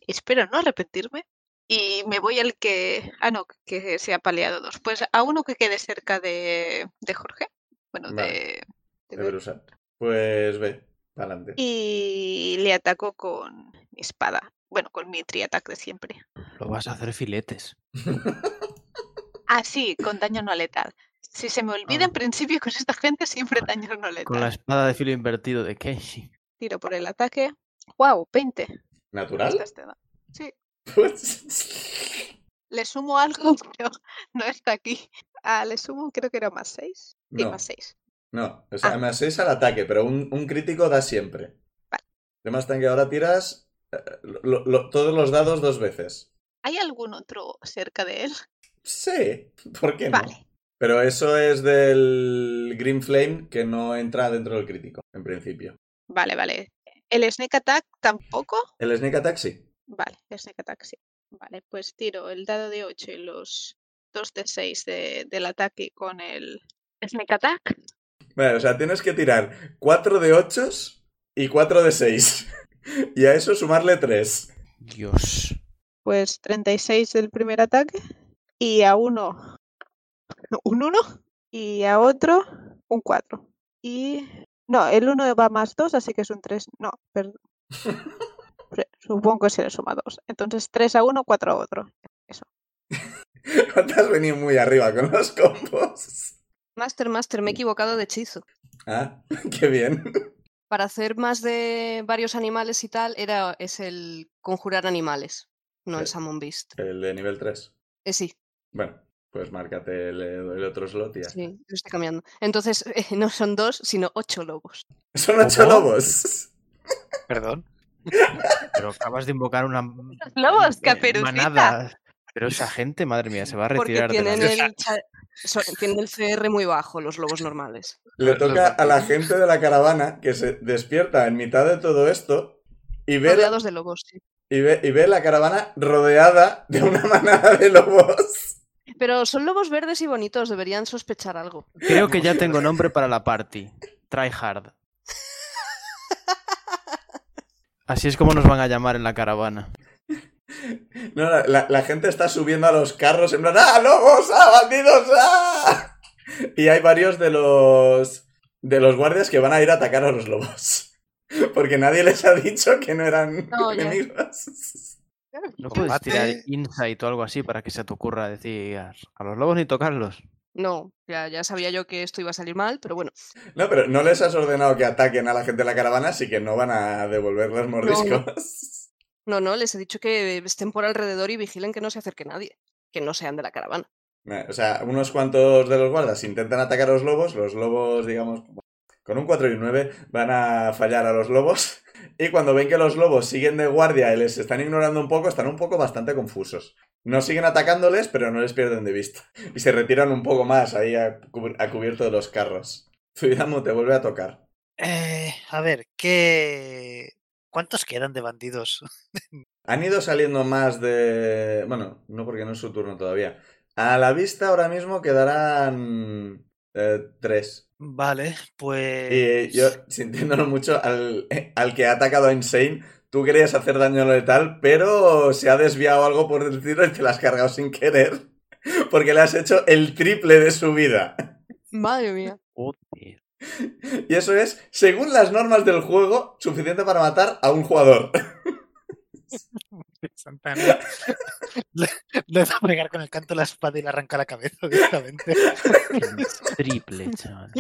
[SPEAKER 2] Espero no arrepentirme. Y me voy al que... Ah, no, que se ha paleado dos. Pues a uno que quede cerca de, de Jorge. Bueno,
[SPEAKER 1] Vale.
[SPEAKER 2] de... de
[SPEAKER 1] De
[SPEAKER 2] Ben.
[SPEAKER 1] Berusa. Pues ve, para adelante.
[SPEAKER 2] Y le ataco con mi espada. Bueno, con mi triatac de siempre.
[SPEAKER 4] Lo vas a hacer filetes.
[SPEAKER 2] Ah, sí, con daño no letal. Si se me olvida
[SPEAKER 4] Ah.
[SPEAKER 2] en principio con esta gente, siempre daño no letal.
[SPEAKER 4] Con la espada de filo invertido de Kenshi.
[SPEAKER 2] Tiro por el ataque. ¡Wow! 20.
[SPEAKER 1] ¿Natural?
[SPEAKER 2] este
[SPEAKER 1] Pues
[SPEAKER 2] Estas te dan. Sí. Le sumo algo, pero no está aquí. Ah, le sumo, creo que era más 6. Sí,
[SPEAKER 1] No.
[SPEAKER 2] más 6.
[SPEAKER 1] No, o sea,
[SPEAKER 2] Ah.
[SPEAKER 1] más 6 al ataque, pero un, un crítico da siempre.
[SPEAKER 2] Vale.
[SPEAKER 1] Además, tan que ahora tiras eh, lo- lo- todos los dados dos veces.
[SPEAKER 2] ¿Hay algún otro cerca de él?
[SPEAKER 1] Sí, ¿por qué no?
[SPEAKER 2] Vale.
[SPEAKER 1] Pero eso es del Green Flame que no entra dentro del crítico, en principio.
[SPEAKER 2] Vale, vale. ¿El sneak attack tampoco?
[SPEAKER 1] El Sneak Attack sí.
[SPEAKER 2] Vale, el sneak attack sí. Vale, pues tiro el dado de 8 y los 2 de 6 de, del ataque con el sneak attack.
[SPEAKER 1] Vale, o sea, tienes que tirar 4 de 8 y 4 de 6. Y a eso sumarle 3.
[SPEAKER 4] Dios.
[SPEAKER 2] Pues 36 del primer ataque y a uno un 1 y a otro un 4. Y no, el 1 va más 2, así que es un 3. No, perdón. Supongo que se le suma 2. Entonces 3 a uno, 4 a otro.
[SPEAKER 1] No te has venido muy arriba con los combos.
[SPEAKER 5] Master, Master, me he equivocado de hechizo.
[SPEAKER 1] Ah, qué bien.
[SPEAKER 5] Para hacer más de varios animales y tal, era, es el conjurar animales, no el
[SPEAKER 1] Sí.
[SPEAKER 5] Summon Beast.
[SPEAKER 1] El de nivel 3.
[SPEAKER 5] Eh, sí,
[SPEAKER 1] Bueno, pues márcate el, el otro slot y ya.
[SPEAKER 5] sí, lo estoy cambiando. Entonces, eh, no son dos, sino ocho lobos.
[SPEAKER 1] Son 8
[SPEAKER 4] ¿Cómo?
[SPEAKER 1] lobos.
[SPEAKER 6] Perdón.
[SPEAKER 4] Pero acabas de invocar una.
[SPEAKER 2] lobos,
[SPEAKER 4] eh,
[SPEAKER 2] Caperucita.
[SPEAKER 4] manada. Pero esa gente, madre mía, se va a
[SPEAKER 5] Porque
[SPEAKER 4] retirar de la
[SPEAKER 5] tienen
[SPEAKER 4] mesa.
[SPEAKER 5] el, cha- so- tienen el CR muy bajo, los lobos normales.
[SPEAKER 1] Le toca a la gente de la caravana que se despierta en mitad de todo esto y ve, la-
[SPEAKER 5] Rodeados de lobos, sí.
[SPEAKER 1] y ve, y ve la caravana rodeada de una manada de lobos.
[SPEAKER 5] Pero son lobos verdes y bonitos, deberían sospechar algo.
[SPEAKER 4] Creo que ya tengo nombre para la party. Try hard. Así es como nos van a llamar en la caravana.
[SPEAKER 1] No, la, la- la gente está subiendo a los carros en plan ¡Ah, lobos! ¡Ah, bandidos! ¡Ah! Y hay varios de los de los guardias que van a ir a atacar a los lobos. Porque nadie les ha dicho que no eran
[SPEAKER 5] No, ya.
[SPEAKER 1] enemigos.
[SPEAKER 4] ¿No puedes
[SPEAKER 6] Combate.
[SPEAKER 4] tirar insight o algo así para que se te ocurra decir a los lobos ni tocarlos?
[SPEAKER 5] No, ya, ya sabía yo que esto iba a salir mal, pero bueno.
[SPEAKER 1] No, pero no les has ordenado que ataquen a la gente de la caravana, así que no van a devolverles mordiscos.
[SPEAKER 5] No, no, les he dicho que estén por alrededor y vigilen que no se acerque nadie, que no sean de la caravana.
[SPEAKER 1] Eh, O sea, unos cuantos de los guardas intentan atacar a los lobos, los lobos, digamos, como- con un 4 y un 9 van a fallar a los lobos. Y cuando ven que los lobos siguen de guardia y les están ignorando un poco, están un poco bastante confusos. No siguen atacándoles, pero no les pierden de vista. Y se retiran un poco más ahí a, cubri- a cubierto de los carros. Zuidamu te vuelve a tocar.
[SPEAKER 6] Eh, a ver, ¿qué. ¿Cuántos quedan de bandidos?
[SPEAKER 1] Han ido saliendo más de... Bueno, no porque no es su turno todavía. A la vista ahora mismo quedarán... eh, tres.
[SPEAKER 6] Vale, pues.
[SPEAKER 1] Y eh, yo, sintiéndolo mucho, al, al que ha atacado a Insane, tú querías hacer daño letal, pero se ha desviado algo por el tiro y te la has cargado sin querer. Porque le has hecho el triple de su vida.
[SPEAKER 5] Madre mía.
[SPEAKER 4] Joder.
[SPEAKER 1] Y eso es, según las normas del juego, suficiente para matar a un jugador.
[SPEAKER 6] Santana. Le, le va a pegar con el canto la espada y le arranca la cabeza directamente.
[SPEAKER 4] El Triple, chaval.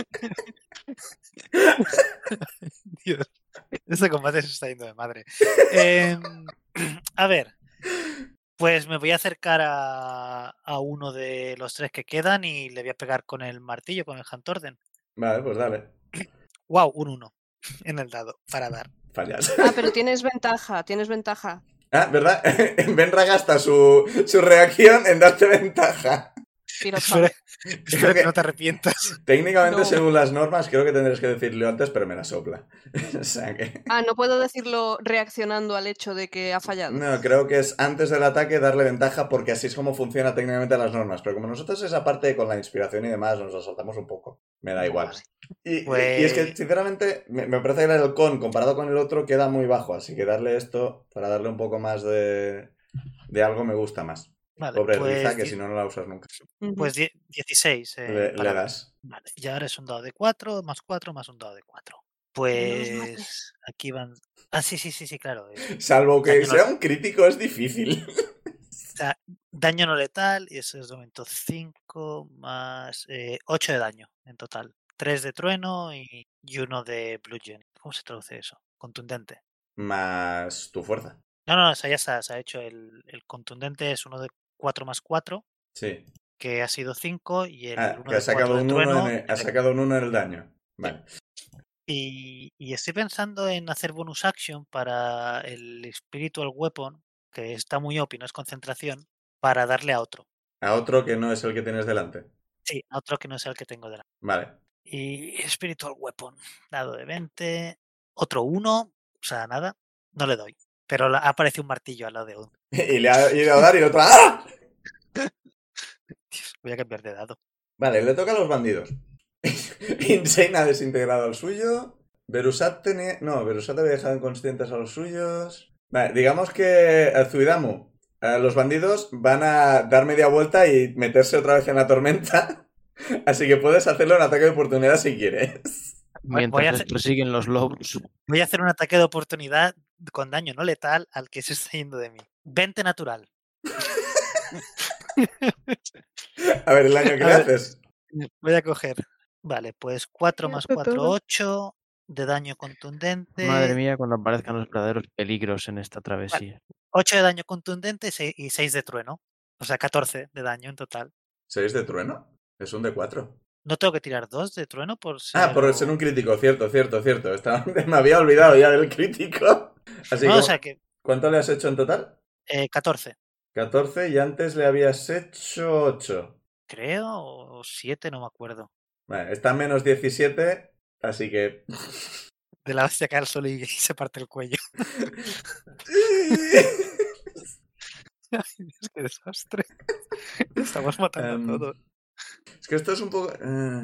[SPEAKER 6] Dios, Este combate se está yendo de madre. Em, a ver, pues me voy a acercar a, a uno de los tres que quedan y le voy a pegar con el martillo, con el Hantorden.
[SPEAKER 1] Vale, pues dale.
[SPEAKER 6] ¡Wow! Un 1 en el dado para dar.
[SPEAKER 1] Fallas.
[SPEAKER 5] Ah, pero tienes ventaja, tienes ventaja.
[SPEAKER 1] Ah, ¿verdad? Benra gasta su, su reacción en darte ventaja.
[SPEAKER 5] Tiro
[SPEAKER 6] Espero,
[SPEAKER 5] pa-
[SPEAKER 6] espero que no te arrepientas.
[SPEAKER 1] Técnicamente,
[SPEAKER 5] No.
[SPEAKER 1] según las normas, creo que tendrías que decirlo antes, pero me la sopla. o sea que...
[SPEAKER 5] Ah, no puedo decirlo reaccionando al hecho de que ha fallado.
[SPEAKER 1] No, creo que es antes del ataque darle ventaja porque así es como funciona técnicamente las normas. Pero como nosotros esa parte con la inspiración y demás nos la saltamos un poco, me da igual.
[SPEAKER 6] Vale.
[SPEAKER 1] Y,
[SPEAKER 6] Pues-
[SPEAKER 1] y es que sinceramente me, me parece que el con comparado con el otro queda muy bajo, así que darle esto para darle un poco más de, de algo me gusta más.
[SPEAKER 6] Vale,
[SPEAKER 1] Pobre
[SPEAKER 6] pues,
[SPEAKER 1] Riza, que
[SPEAKER 6] die-
[SPEAKER 1] si no, no la usas nunca.
[SPEAKER 5] Ujú.
[SPEAKER 6] pues die- 16. eh,
[SPEAKER 1] Le, le
[SPEAKER 6] para dar.
[SPEAKER 1] das.
[SPEAKER 6] Vale, y ahora es un dado de 4, más 4, más un dado de 4. Pues aquí van. Ah, sí, sí, sí, sí, claro. es
[SPEAKER 1] Salvo que
[SPEAKER 6] Daño no-
[SPEAKER 1] sea un crítico, es difícil.
[SPEAKER 6] Daño no letal, y eso es de momento 5 más 8 de daño en total. 3 de trueno y, 1 de blue gen. ¿Cómo se traduce eso? Contundente.
[SPEAKER 1] más tu fuerza.
[SPEAKER 6] No, no, esa ya se ha, se ha hecho. El, el contundente es uno de 4 más 4,
[SPEAKER 1] Sí.
[SPEAKER 6] que ha sido 5, y el
[SPEAKER 1] Ah,
[SPEAKER 6] 1
[SPEAKER 1] que
[SPEAKER 6] de 4
[SPEAKER 1] ha sacado
[SPEAKER 6] de
[SPEAKER 1] un uno
[SPEAKER 6] trueno.
[SPEAKER 1] en el- ha
[SPEAKER 6] efectivamente.
[SPEAKER 1] sacado un uno en el daño. Vale.
[SPEAKER 6] Y, y estoy pensando en hacer bonus action para el Spiritual Weapon, que está muy OP, no es concentración, para darle a otro.
[SPEAKER 1] A otro que no es el que tienes delante.
[SPEAKER 6] Sí, a otro que no sea el que tengo delante.
[SPEAKER 1] Vale.
[SPEAKER 6] Y Spiritual Weapon, dado de 20. Otro 1, o sea, nada, no le doy. Pero la- aparece un martillo al lado de un.
[SPEAKER 1] Y le ha ido a dar y otro. ¡Ah!
[SPEAKER 6] Dios, voy a cambiar de dado.
[SPEAKER 1] Vale, le toca a los bandidos. Insane ha desintegrado al suyo. Verusat tenía. No, Verusat había dejado inconscientes a los suyos. Vale, digamos que Zuidamu, eh, los bandidos van a dar media vuelta y meterse otra vez en la tormenta. Así que puedes hacerlo en ataque de oportunidad si quieres.
[SPEAKER 6] Voy- voy a
[SPEAKER 4] Mientras les
[SPEAKER 6] hacer-
[SPEAKER 4] persiguen los lobos.
[SPEAKER 6] Voy a hacer un ataque de oportunidad con daño no letal al que se está yendo de mí. 20 natural.
[SPEAKER 1] A ver, el daño que le
[SPEAKER 6] A ver.
[SPEAKER 1] haces.
[SPEAKER 6] Voy a coger. Vale, pues 4 más
[SPEAKER 2] Fíjate
[SPEAKER 6] 4,
[SPEAKER 2] todo.
[SPEAKER 6] 8 de daño contundente.
[SPEAKER 4] Madre mía, cuando aparezcan los verdaderos peligros en esta travesía.
[SPEAKER 6] 8 de daño contundente y se- y 6 de trueno. O sea, 14 de daño en total.
[SPEAKER 1] ¿Seis de trueno? Es un de cuatro.
[SPEAKER 6] No tengo que tirar 2 de trueno por ser.
[SPEAKER 1] Ah, por ser un crítico, cierto, cierto, cierto. Estaba- Me había olvidado ya del crítico. Así
[SPEAKER 6] No,
[SPEAKER 1] que,
[SPEAKER 6] o sea que
[SPEAKER 1] ¿cuánto le has hecho en total?
[SPEAKER 6] eh, 14,
[SPEAKER 1] 14 y antes le habías hecho 8.
[SPEAKER 6] creo, o 7, no me acuerdo.
[SPEAKER 1] Vale, está a menos 17, así que...
[SPEAKER 6] De la hostia cae al suelo y se parte el cuello. Es que desastre. Estamos matando
[SPEAKER 1] Em,
[SPEAKER 6] a todos.
[SPEAKER 1] es que esto es un poco... eh,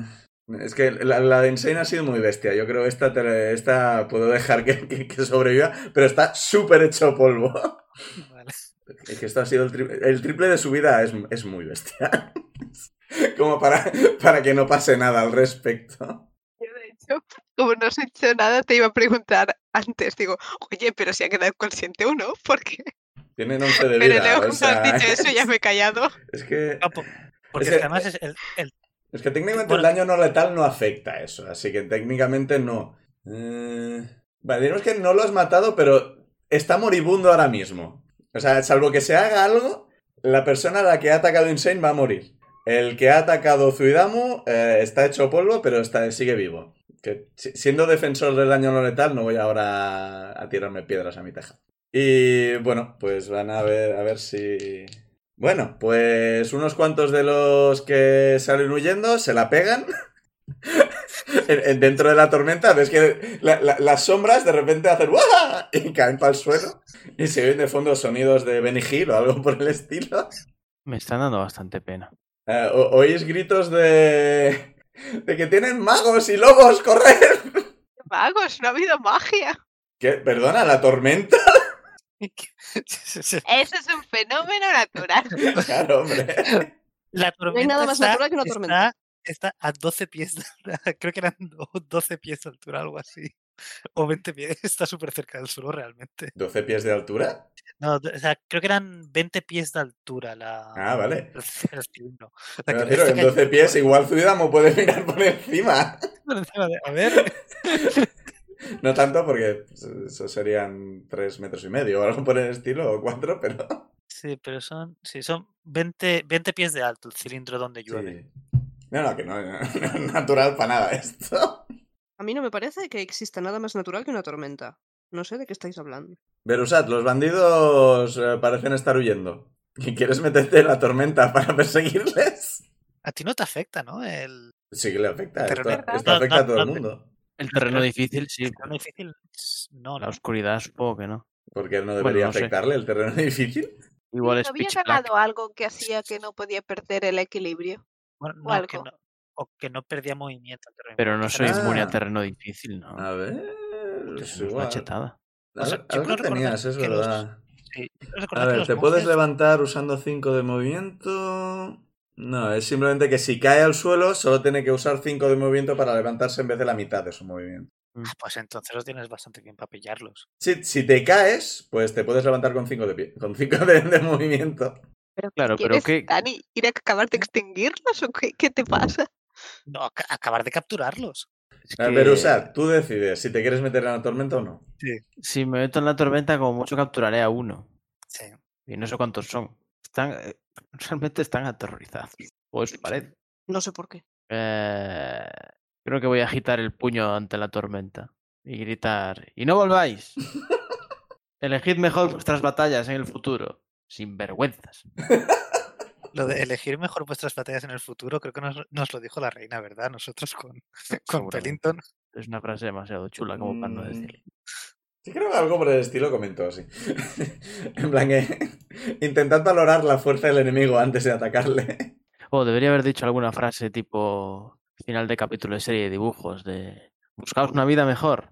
[SPEAKER 1] Es que la, la de Insane ha sido muy bestia. Yo creo que esta, te la- esta puedo dejar que, que- que sobreviva, pero está súper hecho polvo.
[SPEAKER 6] Vale.
[SPEAKER 1] Es que esto ha sido el triple, el triple de su vida, es, es muy bestia. Como para, para que no pase nada al respecto.
[SPEAKER 2] Yo, de hecho, como no has hecho nada, te iba a preguntar antes. Digo, oye, pero si ha quedado consciente uno, porque.
[SPEAKER 1] Tienen 11 de
[SPEAKER 2] Pero
[SPEAKER 1] vida.
[SPEAKER 2] luego,
[SPEAKER 1] o
[SPEAKER 2] cuando
[SPEAKER 1] sea,
[SPEAKER 2] has dicho eso, ya me he callado.
[SPEAKER 1] Es que,
[SPEAKER 6] No, po- porque es
[SPEAKER 1] Es
[SPEAKER 6] que
[SPEAKER 1] que-
[SPEAKER 6] además es el, el-
[SPEAKER 1] es que técnicamente
[SPEAKER 6] Bueno.
[SPEAKER 1] el daño no letal no afecta a eso, así que técnicamente no. Eh, Vale, diremos que no lo has matado, pero está moribundo ahora mismo. O sea, salvo que se haga algo, la persona a la que ha atacado Insane va a morir. El que ha atacado Zuidamu eh, está hecho polvo, pero está, sigue vivo. Que, si- siendo defensor del daño no letal, no voy ahora a tirarme piedras a mi teja. Y bueno, pues van a ver, a ver si... Bueno, pues unos cuantos de los que salen huyendo se la pegan. En- en- Dentro de la tormenta ves que la- la- las sombras de repente hacen ¡guau! y caen para el suelo. Y se oyen de fondo sonidos de Benny Hill o algo por el estilo.
[SPEAKER 4] Me están dando bastante pena.
[SPEAKER 1] Eh, o- oís gritos de... de que tienen magos y lobos, correr.
[SPEAKER 2] Magos, no ha habido magia.
[SPEAKER 1] ¿Qué? Perdona, la tormenta.
[SPEAKER 6] sí, sí.
[SPEAKER 2] Eso es un fenómeno natural.
[SPEAKER 1] Claro, hombre.
[SPEAKER 6] La
[SPEAKER 5] hay
[SPEAKER 6] tormenta
[SPEAKER 5] nada más
[SPEAKER 6] está,
[SPEAKER 5] natural que una
[SPEAKER 6] está-
[SPEAKER 5] tormenta.
[SPEAKER 6] Está, a 12 pies, de altura, creo que eran do- 12 pies de altura, algo así. O 20 pies, está súper cerca del suelo realmente.
[SPEAKER 1] 12 pies de altura.
[SPEAKER 6] No, de- o sea, creo que eran 20 pies de altura la,
[SPEAKER 1] Ah, vale.
[SPEAKER 6] el, c- el cilindro. O sea,
[SPEAKER 1] Pero
[SPEAKER 6] que
[SPEAKER 1] Ciro,
[SPEAKER 6] está
[SPEAKER 1] en 12
[SPEAKER 6] cayendo
[SPEAKER 1] pies igual Zuidamo puede mirar por encima.
[SPEAKER 6] por encima de- A ver,
[SPEAKER 1] No tanto porque pues, eso serían 3 metros y medio o algo por el estilo, o 4, pero...
[SPEAKER 6] sí, pero son, sí, son 20, 20 pies de alto el cilindro donde llueve.
[SPEAKER 1] Sí. No, no, que no, no es natural para nada esto.
[SPEAKER 5] A mí no me parece que exista nada más natural que una tormenta. No sé de qué estáis hablando.
[SPEAKER 1] Verusat, los bandidos eh, parecen estar huyendo. ¿Y quieres meterte en la tormenta para perseguirles?
[SPEAKER 6] A ti no te afecta, ¿no? El
[SPEAKER 1] Sí que le afecta.
[SPEAKER 6] Pero
[SPEAKER 1] Esto,
[SPEAKER 6] no es verdad.
[SPEAKER 1] esto
[SPEAKER 6] No,
[SPEAKER 1] afecta a
[SPEAKER 6] no,
[SPEAKER 1] todo el
[SPEAKER 6] no.
[SPEAKER 1] mundo.
[SPEAKER 4] El terreno
[SPEAKER 6] creo-
[SPEAKER 4] difícil, sí.
[SPEAKER 6] terreno difícil. es- No,
[SPEAKER 4] La
[SPEAKER 6] no.
[SPEAKER 4] oscuridad supongo que no.
[SPEAKER 1] Porque no
[SPEAKER 4] Bueno,
[SPEAKER 1] debería
[SPEAKER 4] no sé.
[SPEAKER 1] afectarle el terreno difícil.
[SPEAKER 4] Igual es
[SPEAKER 2] había
[SPEAKER 4] pitch black.
[SPEAKER 2] ganado algo que hacía que no podía perder el equilibrio.
[SPEAKER 6] bueno,
[SPEAKER 2] o
[SPEAKER 6] no, que
[SPEAKER 2] algo.
[SPEAKER 6] no- o que no perdía movimiento. el terreno
[SPEAKER 4] Pero
[SPEAKER 6] inmóvil,
[SPEAKER 4] no
[SPEAKER 6] quizá
[SPEAKER 4] soy inmune a
[SPEAKER 1] Ah.
[SPEAKER 4] terreno difícil, ¿no?
[SPEAKER 1] A ver.
[SPEAKER 4] Tenemos
[SPEAKER 1] Es
[SPEAKER 4] una
[SPEAKER 1] igual.
[SPEAKER 4] chetada.
[SPEAKER 6] O sea,
[SPEAKER 1] Al-
[SPEAKER 6] yo
[SPEAKER 1] algo
[SPEAKER 6] creo recordar
[SPEAKER 1] tenías, es
[SPEAKER 6] que los-
[SPEAKER 1] verdad.
[SPEAKER 6] Sí, yo creo
[SPEAKER 1] A
[SPEAKER 6] recordar que
[SPEAKER 1] ver,
[SPEAKER 6] los
[SPEAKER 1] te puedes
[SPEAKER 6] monjes-
[SPEAKER 1] levantar usando 5 de movimiento. No, es simplemente que si cae al suelo, solo tiene que usar 5 de movimiento para levantarse en vez de la mitad de su movimiento.
[SPEAKER 6] Ah, Pues entonces los tienes bastante bien para pillarlos.
[SPEAKER 1] Si, si te caes, pues te puedes levantar con 5 de pie, con 5 de, de movimiento.
[SPEAKER 2] Pero
[SPEAKER 4] Claro, pero
[SPEAKER 2] ¿Quieres,
[SPEAKER 4] que
[SPEAKER 2] Dani, ir a acabar de extinguirlos o qué, qué te pasa?
[SPEAKER 6] No, aca- acabar de capturarlos.
[SPEAKER 4] Es
[SPEAKER 1] A
[SPEAKER 4] que
[SPEAKER 1] ver, Usad, tú decides si te quieres meter en la tormenta o no.
[SPEAKER 4] si me meto en la tormenta, como mucho capturaré a uno.
[SPEAKER 6] Sí.
[SPEAKER 4] Y no sé cuántos son. Están, eh, realmente están aterrorizados. O eso parece.
[SPEAKER 5] No sé por qué.
[SPEAKER 4] Eh, creo que voy a agitar el puño ante la tormenta y gritar: ¡Y no volváis! Elegid mejor vuestras batallas en el futuro. Sin vergüenzas.
[SPEAKER 6] Lo de elegir mejor vuestras batallas en el futuro, creo que nos, nos lo dijo la reina, ¿verdad? Nosotros con, con
[SPEAKER 4] Seguramente.
[SPEAKER 6] Pellington.
[SPEAKER 4] Es una frase demasiado chula como para no
[SPEAKER 1] Mm.
[SPEAKER 4] decirlo.
[SPEAKER 1] Sí, creo que algo por el estilo comentó, sí. en plan que intentad valorar la fuerza del enemigo antes de atacarle.
[SPEAKER 4] O debería haber dicho alguna frase tipo final de capítulo de serie de dibujos de buscaos una vida mejor.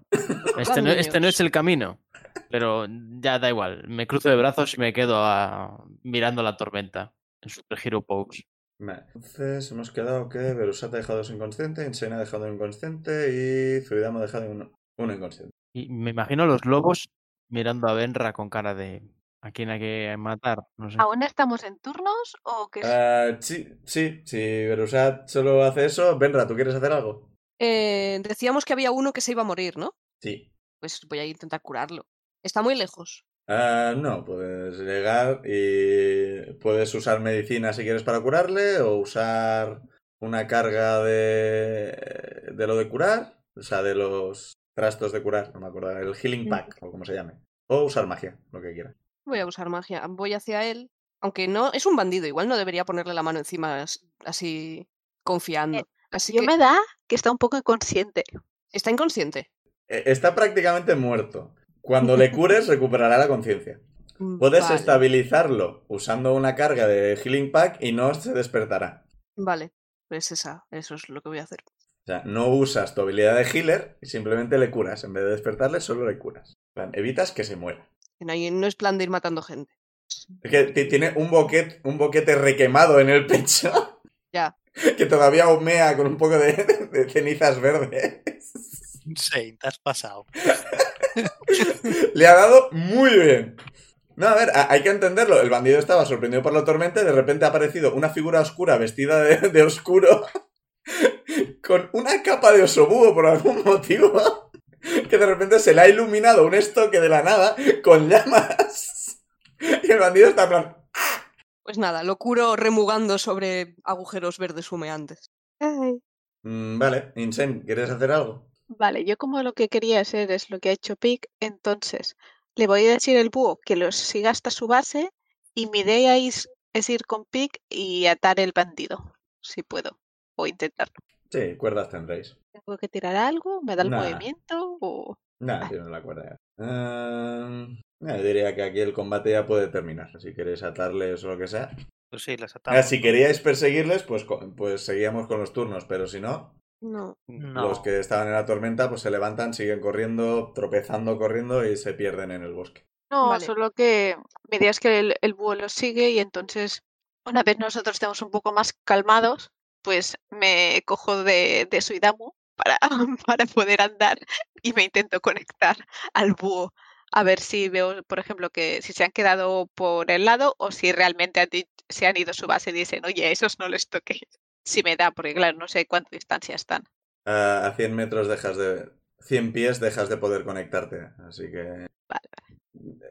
[SPEAKER 4] Este no, este no es el camino. Pero ya da igual. Me cruzo de brazos y me quedo a- mirando la tormenta en Super Hero Pose.
[SPEAKER 1] Vale, Entonces hemos quedado que Berusat ha dejado dos inconscientes, Insane ha dejado un inconsciente y Zuidam ha dejado uno, uno inconsciente.
[SPEAKER 4] Y me imagino a los lobos mirando a Benra con cara de a quién hay que matar. No sé.
[SPEAKER 2] ¿Aún estamos en turnos o qué? es?
[SPEAKER 1] Ah, sí, sí, si Berusat solo hace eso, Benra, ¿tú quieres hacer algo?
[SPEAKER 5] Eh, decíamos que había uno que se iba a morir, ¿no?
[SPEAKER 1] Sí.
[SPEAKER 5] Pues voy a intentar curarlo. Está muy lejos.
[SPEAKER 1] Ah, no, puedes llegar y puedes usar medicina si quieres para curarle o usar una carga de, de lo de curar, o sea, de los trastos de curar, no me acuerdo, el healing pack o como se llame. O usar magia, lo que quieras.
[SPEAKER 5] Voy a usar magia. Voy hacia él. Aunque no, es un bandido. Igual no debería ponerle la mano encima as- así confiando. Así
[SPEAKER 2] Yo
[SPEAKER 5] que
[SPEAKER 2] me da que está un poco inconsciente.
[SPEAKER 5] está inconsciente.
[SPEAKER 1] Eh, Está prácticamente muerto. Cuando le cures recuperará la conciencia. Puedes
[SPEAKER 5] Mm, Vale,
[SPEAKER 1] estabilizarlo usando una carga de healing pack y no se despertará.
[SPEAKER 5] Vale, pues esa, eso es lo que voy a hacer.
[SPEAKER 1] O sea, no usas tu habilidad de healer y simplemente le curas. En vez de despertarle, solo le curas. En plan, evitas que se muera.
[SPEAKER 5] Que No, hay- no es plan de ir matando gente.
[SPEAKER 1] Es que ti- tiene un, boquete, un boquete requemado en el pecho.
[SPEAKER 5] Ya.
[SPEAKER 1] Que todavía humea con un poco de, de cenizas verdes.
[SPEAKER 6] Sí, te has pasado.
[SPEAKER 1] Le ha dado muy bien. No, a ver, a- hay que entenderlo. El bandido estaba sorprendido por la tormenta y de repente ha aparecido una figura oscura vestida de, de oscuro con una capa de osobúo por algún motivo que de repente se le ha iluminado un estoque de la nada con llamas. Y el bandido está en plan...
[SPEAKER 5] Pues nada, lo curo remugando sobre agujeros verdes humeantes.
[SPEAKER 1] "Mm, vale, Insane, ¿quieres hacer algo?
[SPEAKER 2] Vale, yo como lo que quería hacer es lo que ha hecho Pic, entonces le voy a decir al búho que los siga hasta su base y mi idea is- es, ir con Pic y atar el bandido, si puedo, o intentarlo.
[SPEAKER 1] Sí, cuerdas tendréis.
[SPEAKER 2] ¿Tengo que tirar algo? ¿Me da el
[SPEAKER 1] Nah.
[SPEAKER 2] movimiento? O...
[SPEAKER 1] Nada,
[SPEAKER 2] Vale.
[SPEAKER 1] tiene la cuerda. Ehm, no, yo diría que aquí el combate ya puede terminar. Si queréis atarles o lo que sea.
[SPEAKER 6] Pues sí, las
[SPEAKER 1] Ah,
[SPEAKER 6] atamos.
[SPEAKER 1] si queríais perseguirles, pues, co- pues seguíamos con los turnos, pero si no,
[SPEAKER 5] No.
[SPEAKER 6] No.
[SPEAKER 1] los que estaban en la tormenta pues se levantan, siguen corriendo, tropezando, corriendo y se pierden en el bosque.
[SPEAKER 2] No,
[SPEAKER 5] Vale.
[SPEAKER 2] solo que mi idea es que el, el búho los sigue y entonces una vez nosotros estemos un poco más calmados, pues me cojo de, de Suidamu para, para poder andar y me intento conectar al búho. A ver si veo, por ejemplo, que si se han quedado por el lado o si realmente han di- se han ido a su base y dicen, oye, a esos no les toqué. Si me da, porque claro, no sé cuánta distancia están.
[SPEAKER 1] Ah, a 100 metros dejas de... 100 pies dejas de poder conectarte, así que...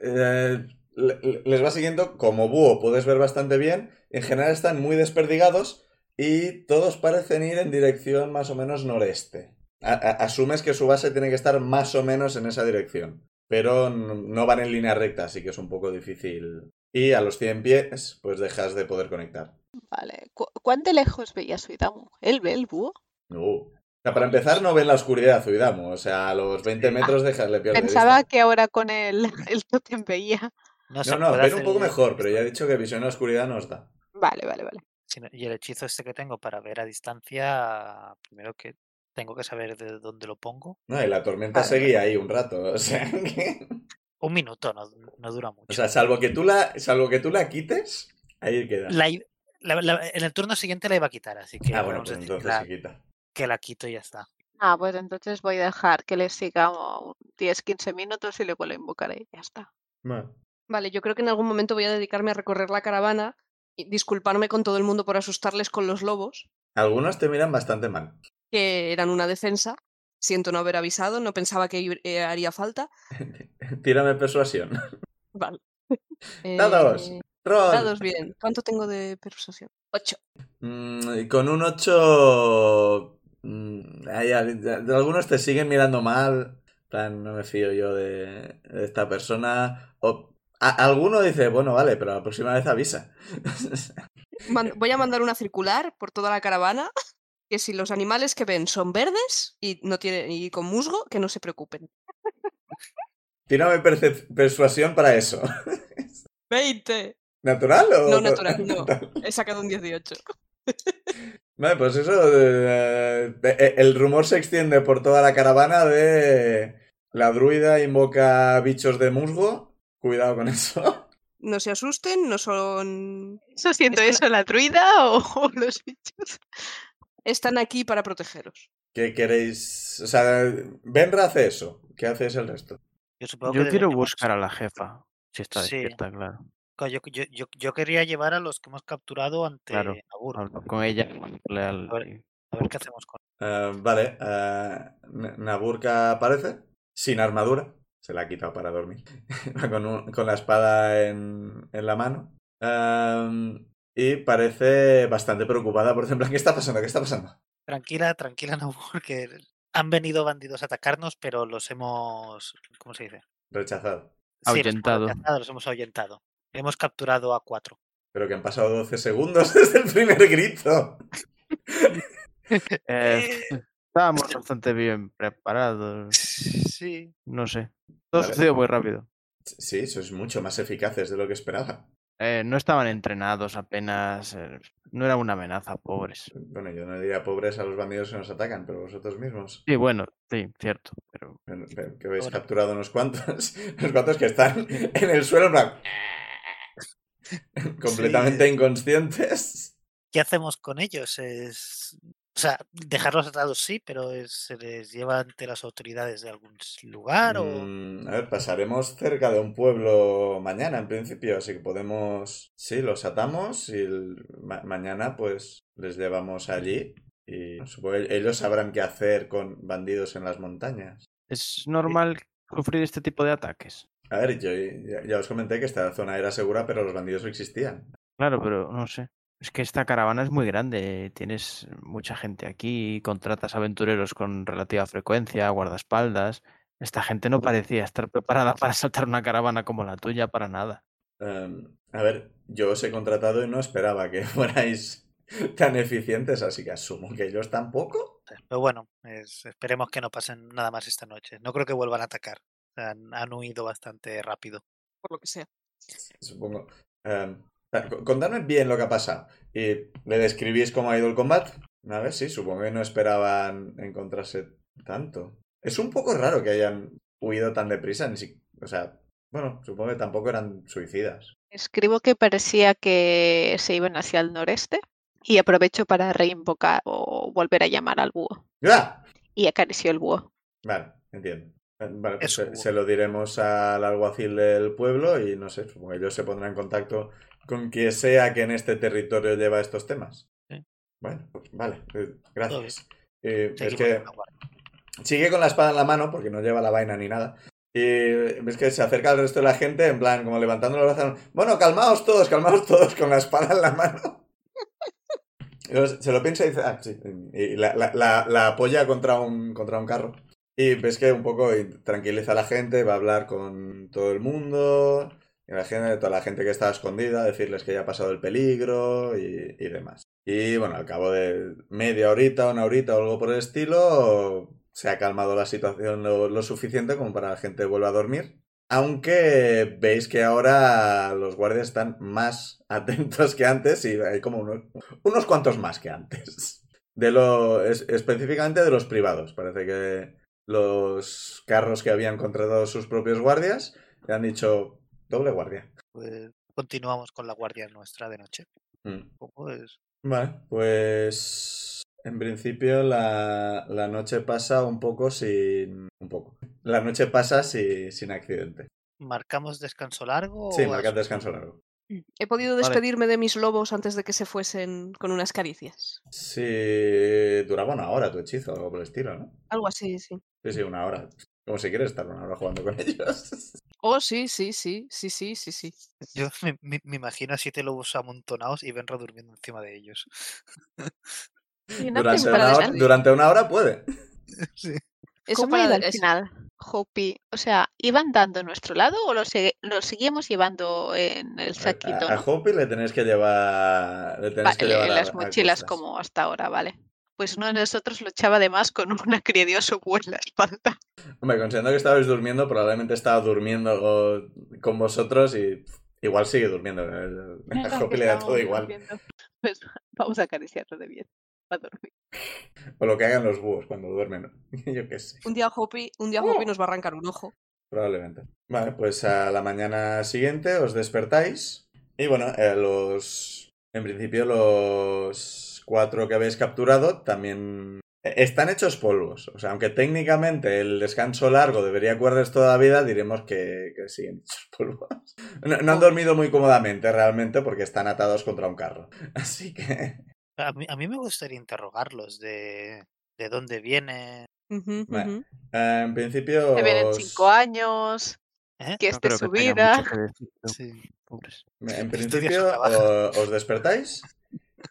[SPEAKER 1] Eh, le- le- les va siguiendo, como búho puedes ver bastante bien, en general están muy desperdigados y todos parecen ir en dirección más o menos noreste. A- a- asumes que su base tiene que estar más o menos en esa dirección, pero n- no van en línea recta, así que es un poco difícil. Y a los 100 pies, pues dejas de poder conectar.
[SPEAKER 2] Vale. ¿Cu- ¿Cuán de lejos veía Suidamu? ¿Él ve el búho?
[SPEAKER 1] No. O sea, para empezar, no ven la oscuridad, Zuidamu. O sea, a los 20 metros dejas le pierdes.
[SPEAKER 2] Pensaba que ahora con el, el tótem veía.
[SPEAKER 6] No, se
[SPEAKER 1] No, no,
[SPEAKER 6] puede
[SPEAKER 1] ven
[SPEAKER 6] hacer
[SPEAKER 1] un poco
[SPEAKER 6] el-
[SPEAKER 1] mejor, pero ya he dicho que visión en la oscuridad no os da.
[SPEAKER 2] Vale, vale, vale.
[SPEAKER 6] si no- Y el hechizo este que tengo para ver a distancia, primero que tengo que saber de dónde lo pongo.
[SPEAKER 1] No, y la tormenta
[SPEAKER 2] Vale,
[SPEAKER 1] seguía ahí un rato, o sea que...
[SPEAKER 6] Un minuto, no, no dura mucho.
[SPEAKER 1] O sea, salvo que tú la, salvo que tú la quites, ahí queda.
[SPEAKER 6] La i- la- la- en el turno siguiente la iba a quitar, así que
[SPEAKER 1] Ah, bueno,
[SPEAKER 6] podemos
[SPEAKER 1] pues
[SPEAKER 6] decir que
[SPEAKER 1] entonces
[SPEAKER 6] la-
[SPEAKER 1] se quita.
[SPEAKER 6] que la quito y ya está.
[SPEAKER 2] Ah, pues entonces voy a dejar que le siga un 10-15 minutos y luego lo invocaré. y Ya está.
[SPEAKER 1] Bueno.
[SPEAKER 5] Vale, yo creo que en algún momento voy a dedicarme a recorrer la caravana y disculparme con todo el mundo por asustarles con los lobos,
[SPEAKER 1] Algunos te miran bastante mal.
[SPEAKER 5] que eran una defensa. Siento no haber avisado, no pensaba que eh, haría falta.
[SPEAKER 1] Tírame persuasión.
[SPEAKER 5] Vale.
[SPEAKER 1] Dados.
[SPEAKER 5] Eh,
[SPEAKER 1] Roll.
[SPEAKER 5] dados, bien. ¿Cuánto tengo de persuasión? Ocho.
[SPEAKER 1] Mm, y con un mm, 8... algunos te siguen mirando mal. En plan, no me fío yo de, de esta persona. O, a- alguno dice, bueno, vale, pero la próxima vez avisa.
[SPEAKER 5] Man- voy a mandar una circular por toda la caravana que si los animales que ven son verdes y no tienen y con musgo, que no se preocupen.
[SPEAKER 1] Tírame percep- persuasión para eso.
[SPEAKER 5] ¡20!
[SPEAKER 1] ¿Natural o...?
[SPEAKER 5] No, natural, no. He sacado un 18.
[SPEAKER 1] Vale, pues eso. eh, eh, el rumor se extiende por toda la caravana de. La druida invoca bichos de musgo. Cuidado con eso.
[SPEAKER 5] No se asusten, no son.
[SPEAKER 2] Eso siento
[SPEAKER 5] Es
[SPEAKER 2] eso, la druida o, o los bichos.
[SPEAKER 5] Están aquí para protegeros.
[SPEAKER 1] ¿Qué queréis? O sea, Benra hace eso. ¿Qué hacéis el resto?
[SPEAKER 6] Yo supongo que
[SPEAKER 4] Yo quiero
[SPEAKER 6] deberíamos-
[SPEAKER 4] buscar a la jefa. Si está
[SPEAKER 6] Sí.
[SPEAKER 4] despierta, claro.
[SPEAKER 6] Co- Yo, yo, yo, yo quería llevar a los que hemos capturado ante
[SPEAKER 4] Claro,
[SPEAKER 6] Nabur.
[SPEAKER 4] Hablo con ella. le- al-
[SPEAKER 6] A ver.
[SPEAKER 4] y-
[SPEAKER 6] A ver qué hacemos con
[SPEAKER 1] Eh, vale. eh, N- Naburka aparece. Sin armadura. Se la ha quitado para dormir. Va con, un- con la espada en, en la mano. Eh, y parece bastante preocupada. Por ejemplo, ¿qué está pasando? ¿Qué está pasando?
[SPEAKER 6] Tranquila, tranquila, Nabur, que han venido bandidos a atacarnos, pero los hemos. ¿Cómo se dice?
[SPEAKER 1] Rechazado.
[SPEAKER 6] Sí, los hemos
[SPEAKER 4] Ahuyentado.
[SPEAKER 6] rechazado, los hemos ahuyentado. Hemos capturado a cuatro.
[SPEAKER 1] Pero que han pasado 12 segundos desde el primer grito.
[SPEAKER 4] Eh, estábamos bastante bien preparados.
[SPEAKER 6] Sí.
[SPEAKER 4] No sé. Todo
[SPEAKER 1] Vale.
[SPEAKER 4] sucedió muy rápido.
[SPEAKER 1] Sí, sois mucho más eficaces de lo que esperaba.
[SPEAKER 4] Eh, no estaban entrenados apenas. eh, no era una amenaza, pobres.
[SPEAKER 1] Bueno, yo no diría pobres a los bandidos que nos atacan, pero vosotros mismos.
[SPEAKER 4] Sí, bueno, sí, cierto. Pero
[SPEAKER 1] Pero- pero Que habéis
[SPEAKER 6] Ahora.
[SPEAKER 1] capturado unos cuantos. Unos cuantos que están en el suelo, en plan, Completamente inconscientes.
[SPEAKER 6] ¿Qué hacemos con ellos? Es. O sea, dejarlos atados sí, pero es- se les lleva ante las autoridades de algún s- lugar o.
[SPEAKER 1] Mm, a ver, pasaremos cerca de un pueblo mañana, en principio, así que podemos. Sí, los atamos y el- ma- mañana, pues, les llevamos allí. Y supongo que ellos sabrán qué hacer con bandidos en las montañas.
[SPEAKER 4] es normal sufrir este tipo de ataques.
[SPEAKER 1] A ver, yo ya, ya os comenté que esta zona era segura, pero los bandidos no existían.
[SPEAKER 4] Claro, pero no sé. Es que esta caravana es muy grande. Tienes mucha gente aquí, contratas aventureros con relativa frecuencia, guardaespaldas. Esta gente no parecía estar preparada para saltar una caravana como la tuya para nada.
[SPEAKER 1] Em, a ver, yo os he contratado y no esperaba que fuerais tan eficientes, así que asumo que ellos tampoco.
[SPEAKER 6] Pero bueno, es- esperemos que no pasen nada más esta noche. No creo que vuelvan a atacar. Han, han huido bastante rápido.
[SPEAKER 5] Por lo que sea.
[SPEAKER 1] Supongo. Em, claro, co- contadme bien lo que ha pasado. Y le describís cómo ha ido el combate. A ver, sí, supongo que no esperaban encontrarse tanto. Es un poco raro que hayan huido tan deprisa. Ni si... O sea, bueno, supongo que tampoco eran suicidas.
[SPEAKER 2] Escribo que parecía que se iban hacia el noreste y aprovecho para reinvocar o volver a llamar al búho.
[SPEAKER 1] ¡Ah!
[SPEAKER 2] Y acarició el búho.
[SPEAKER 1] Vale, entiendo. Eh, Vale, pues
[SPEAKER 6] Es
[SPEAKER 1] se,
[SPEAKER 6] un-
[SPEAKER 1] se lo diremos al alguacil del pueblo y no sé, supongo que ellos se pondrán en contacto con quien sea que en este territorio lleva estos temas.
[SPEAKER 6] Sí.
[SPEAKER 1] Bueno, pues vale, eh, gracias. Eh, es
[SPEAKER 6] Seguimos
[SPEAKER 1] que
[SPEAKER 6] con la guardia.
[SPEAKER 1] sigue con la espada en la mano porque no lleva la vaina ni nada. Y ves que se acerca al resto de la gente en plan, como levantando los brazos. Bueno, calmaos todos, calmaos todos con la espada en la mano. Y luego se lo piensa y dice, ah, sí. Y la, la- la- la apoya contra un, contra un carro. Y ves que un poco tranquiliza a la gente, va a hablar con todo el mundo, y la gente, toda la gente que está escondida, decirles que ya ha pasado el peligro y, y demás. Y bueno, al cabo de media horita, una horita o algo por el estilo, se ha calmado la situación lo, lo suficiente como para que la gente vuelva a dormir. Aunque veis que ahora los guardias están más atentos que antes y hay como unos, unos cuantos más que antes. De lo, es- específicamente de los privados. Parece que los carros que habían contratado sus propios guardias le han dicho doble guardia.
[SPEAKER 6] Pues continuamos con la guardia nuestra de noche.
[SPEAKER 1] Mm.
[SPEAKER 6] Tampoco es-
[SPEAKER 1] Vale, pues en principio la, la noche pasa un poco sin... Un poco. La noche pasa si- sin accidente.
[SPEAKER 6] ¿Marcamos descanso largo?
[SPEAKER 1] Sí,
[SPEAKER 6] o
[SPEAKER 2] Oh,
[SPEAKER 1] marcad
[SPEAKER 6] es-
[SPEAKER 1] descanso largo.
[SPEAKER 5] He podido
[SPEAKER 4] Vale.
[SPEAKER 5] despedirme de mis lobos antes de que se fuesen con unas caricias.
[SPEAKER 1] Sí, duraba una hora tu hechizo, algo por el estilo, ¿no?
[SPEAKER 5] Algo así, sí.
[SPEAKER 1] Sí, sí, una hora. Como si quieres estar una hora jugando con ellos.
[SPEAKER 5] Oh, sí, sí, sí, sí, sí, sí, sí.
[SPEAKER 6] Yo me, me- me imagino a siete lobos amontonados y Benra durmiendo encima de ellos.
[SPEAKER 2] Y una
[SPEAKER 1] Durante
[SPEAKER 5] temporada
[SPEAKER 1] una,
[SPEAKER 5] de
[SPEAKER 1] hora,
[SPEAKER 5] Sandy.
[SPEAKER 1] durante una hora puede.
[SPEAKER 6] Sí.
[SPEAKER 5] Eso
[SPEAKER 2] ¿Cómo
[SPEAKER 5] para
[SPEAKER 2] iba
[SPEAKER 5] de-
[SPEAKER 2] al
[SPEAKER 5] es-
[SPEAKER 2] final, Hopi? O sea, ¿iban dando a nuestro lado o lo, segui- lo seguíamos llevando en el saquito?
[SPEAKER 1] A, a
[SPEAKER 2] ¿no?
[SPEAKER 1] Hopi le tenéis que llevar. Le tenéis que
[SPEAKER 2] Vale,
[SPEAKER 1] llevar
[SPEAKER 2] en
[SPEAKER 1] a-
[SPEAKER 2] las
[SPEAKER 1] a
[SPEAKER 2] mochilas
[SPEAKER 1] costas.
[SPEAKER 2] como hasta ahora, vale. Pues uno de nosotros lo echaba además con una cría de oso búho en la espalda.
[SPEAKER 1] Hombre, considerando que estabais durmiendo, probablemente estaba durmiendo co- con vosotros y igual sigue durmiendo. A Hopi le da todo igual.
[SPEAKER 2] Pues vamos a acariciarlo de bien. Va a dormir.
[SPEAKER 1] O lo que hagan los búhos cuando duermen. Yo qué sé.
[SPEAKER 5] Un día Hopi, un día
[SPEAKER 6] Oh.
[SPEAKER 5] Hopi nos va a arrancar un ojo.
[SPEAKER 1] Probablemente. Vale, pues a la mañana siguiente os despertáis. Y bueno, eh, los. En principio, los cuatro que habéis capturado también. eh, Están hechos polvos. O sea, aunque técnicamente el descanso largo debería cuerdes toda la vida, diremos que, que siguen hechos polvos. No, no han dormido muy cómodamente realmente porque están atados contra un carro. Así que.
[SPEAKER 6] A mí, a mí me gustaría interrogarlos de, de dónde vienen.
[SPEAKER 5] Ujú,
[SPEAKER 1] Vale.
[SPEAKER 5] ujú.
[SPEAKER 1] eh, en principio.
[SPEAKER 2] Que vienen
[SPEAKER 1] os-
[SPEAKER 2] cinco años,
[SPEAKER 6] ¿Eh?
[SPEAKER 2] que este
[SPEAKER 4] No
[SPEAKER 2] es
[SPEAKER 4] creo
[SPEAKER 2] su
[SPEAKER 4] que tenga
[SPEAKER 2] vida.
[SPEAKER 4] mucho que decir, pero,
[SPEAKER 6] Sí.
[SPEAKER 4] pobres.
[SPEAKER 1] En
[SPEAKER 6] Estudia su
[SPEAKER 1] principio o-
[SPEAKER 6] trabajo.
[SPEAKER 1] os despertáis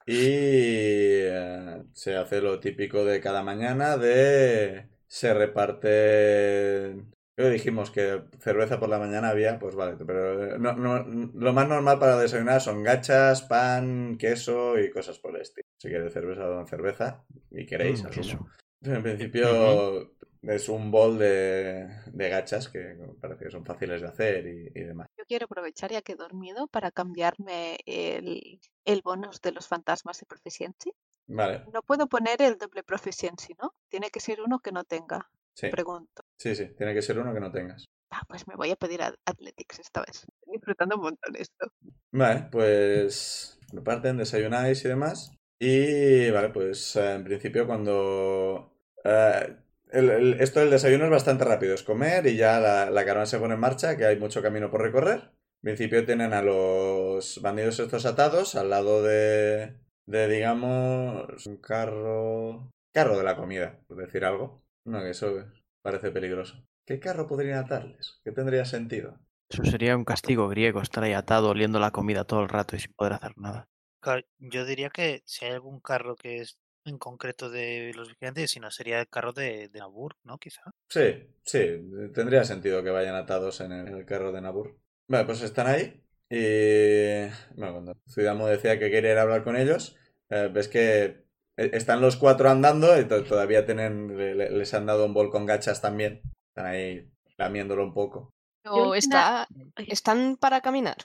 [SPEAKER 1] y eh, se hace lo típico de cada mañana de se reparte... Creo que dijimos que cerveza por la mañana había, pues vale, pero no- no- lo más normal para desayunar son gachas, pan, queso y cosas por el estilo. Si queréis cerveza, dan cerveza y queréis,
[SPEAKER 4] Mm,
[SPEAKER 1] asumo.
[SPEAKER 4] queso.
[SPEAKER 1] Pero en principio es un bol de, de gachas que parece que son fáciles de hacer y- y demás.
[SPEAKER 2] Yo quiero aprovechar ya que he dormido para cambiarme el, el bonus de los fantasmas de proficiency.
[SPEAKER 1] Vale,
[SPEAKER 2] No puedo poner el doble proficiency, ¿no? Tiene que ser uno que no tenga,
[SPEAKER 1] sí.
[SPEAKER 2] pregunto.
[SPEAKER 1] Sí, sí, tiene que ser uno que no tengas.
[SPEAKER 2] Ah, pues me voy a pedir a Athletics esta vez. Estoy disfrutando un montón esto.
[SPEAKER 1] Vale, pues lo parten, desayunáis y demás. Y vale, pues eh, en principio cuando... eh, el- el- esto del desayuno es bastante rápido, es comer y ya la, la caravana se pone en marcha, que hay mucho camino por recorrer. En principio tienen a los bandidos estos atados al lado de, de digamos, un carro... Carro de la comida, por decir algo. No, que eso parece peligroso. ¿Qué carro podrían atarles? ¿Qué tendría sentido?
[SPEAKER 4] Eso sería un castigo griego, estar ahí atado oliendo la comida todo el rato y sin poder hacer nada.
[SPEAKER 6] Claro, Yo diría que si hay algún carro que es en concreto de los vigilantes, si no sería el carro de, de Nabur, ¿no? Quizá.
[SPEAKER 1] Sí, sí, tendría sentido que vayan atados en el en el carro de Nabur. Vale, pues están ahí. Y bueno, cuando Zuidamo decía que quería ir a hablar con ellos, eh, ves que eh, están los cuatro andando y to- todavía tienen, le- le- les han dado un bol con gachas también. Están ahí lamiéndolo un poco.
[SPEAKER 2] Yo
[SPEAKER 5] O
[SPEAKER 2] al
[SPEAKER 5] está,
[SPEAKER 2] Ay.
[SPEAKER 5] están para caminar.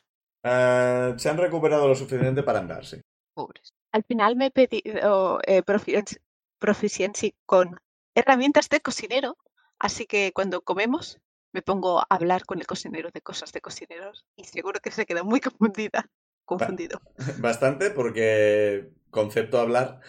[SPEAKER 1] Eh, se han recuperado lo suficiente para andar, sí.
[SPEAKER 5] Pobres.
[SPEAKER 2] Al final me he pedido eh, profienci- proficiency con herramientas de cocinero, así que cuando comemos me pongo a hablar con el cocinero de cosas de cocineros y seguro que se queda muy confundida. Confundido.
[SPEAKER 1] Bastante porque concepto hablar.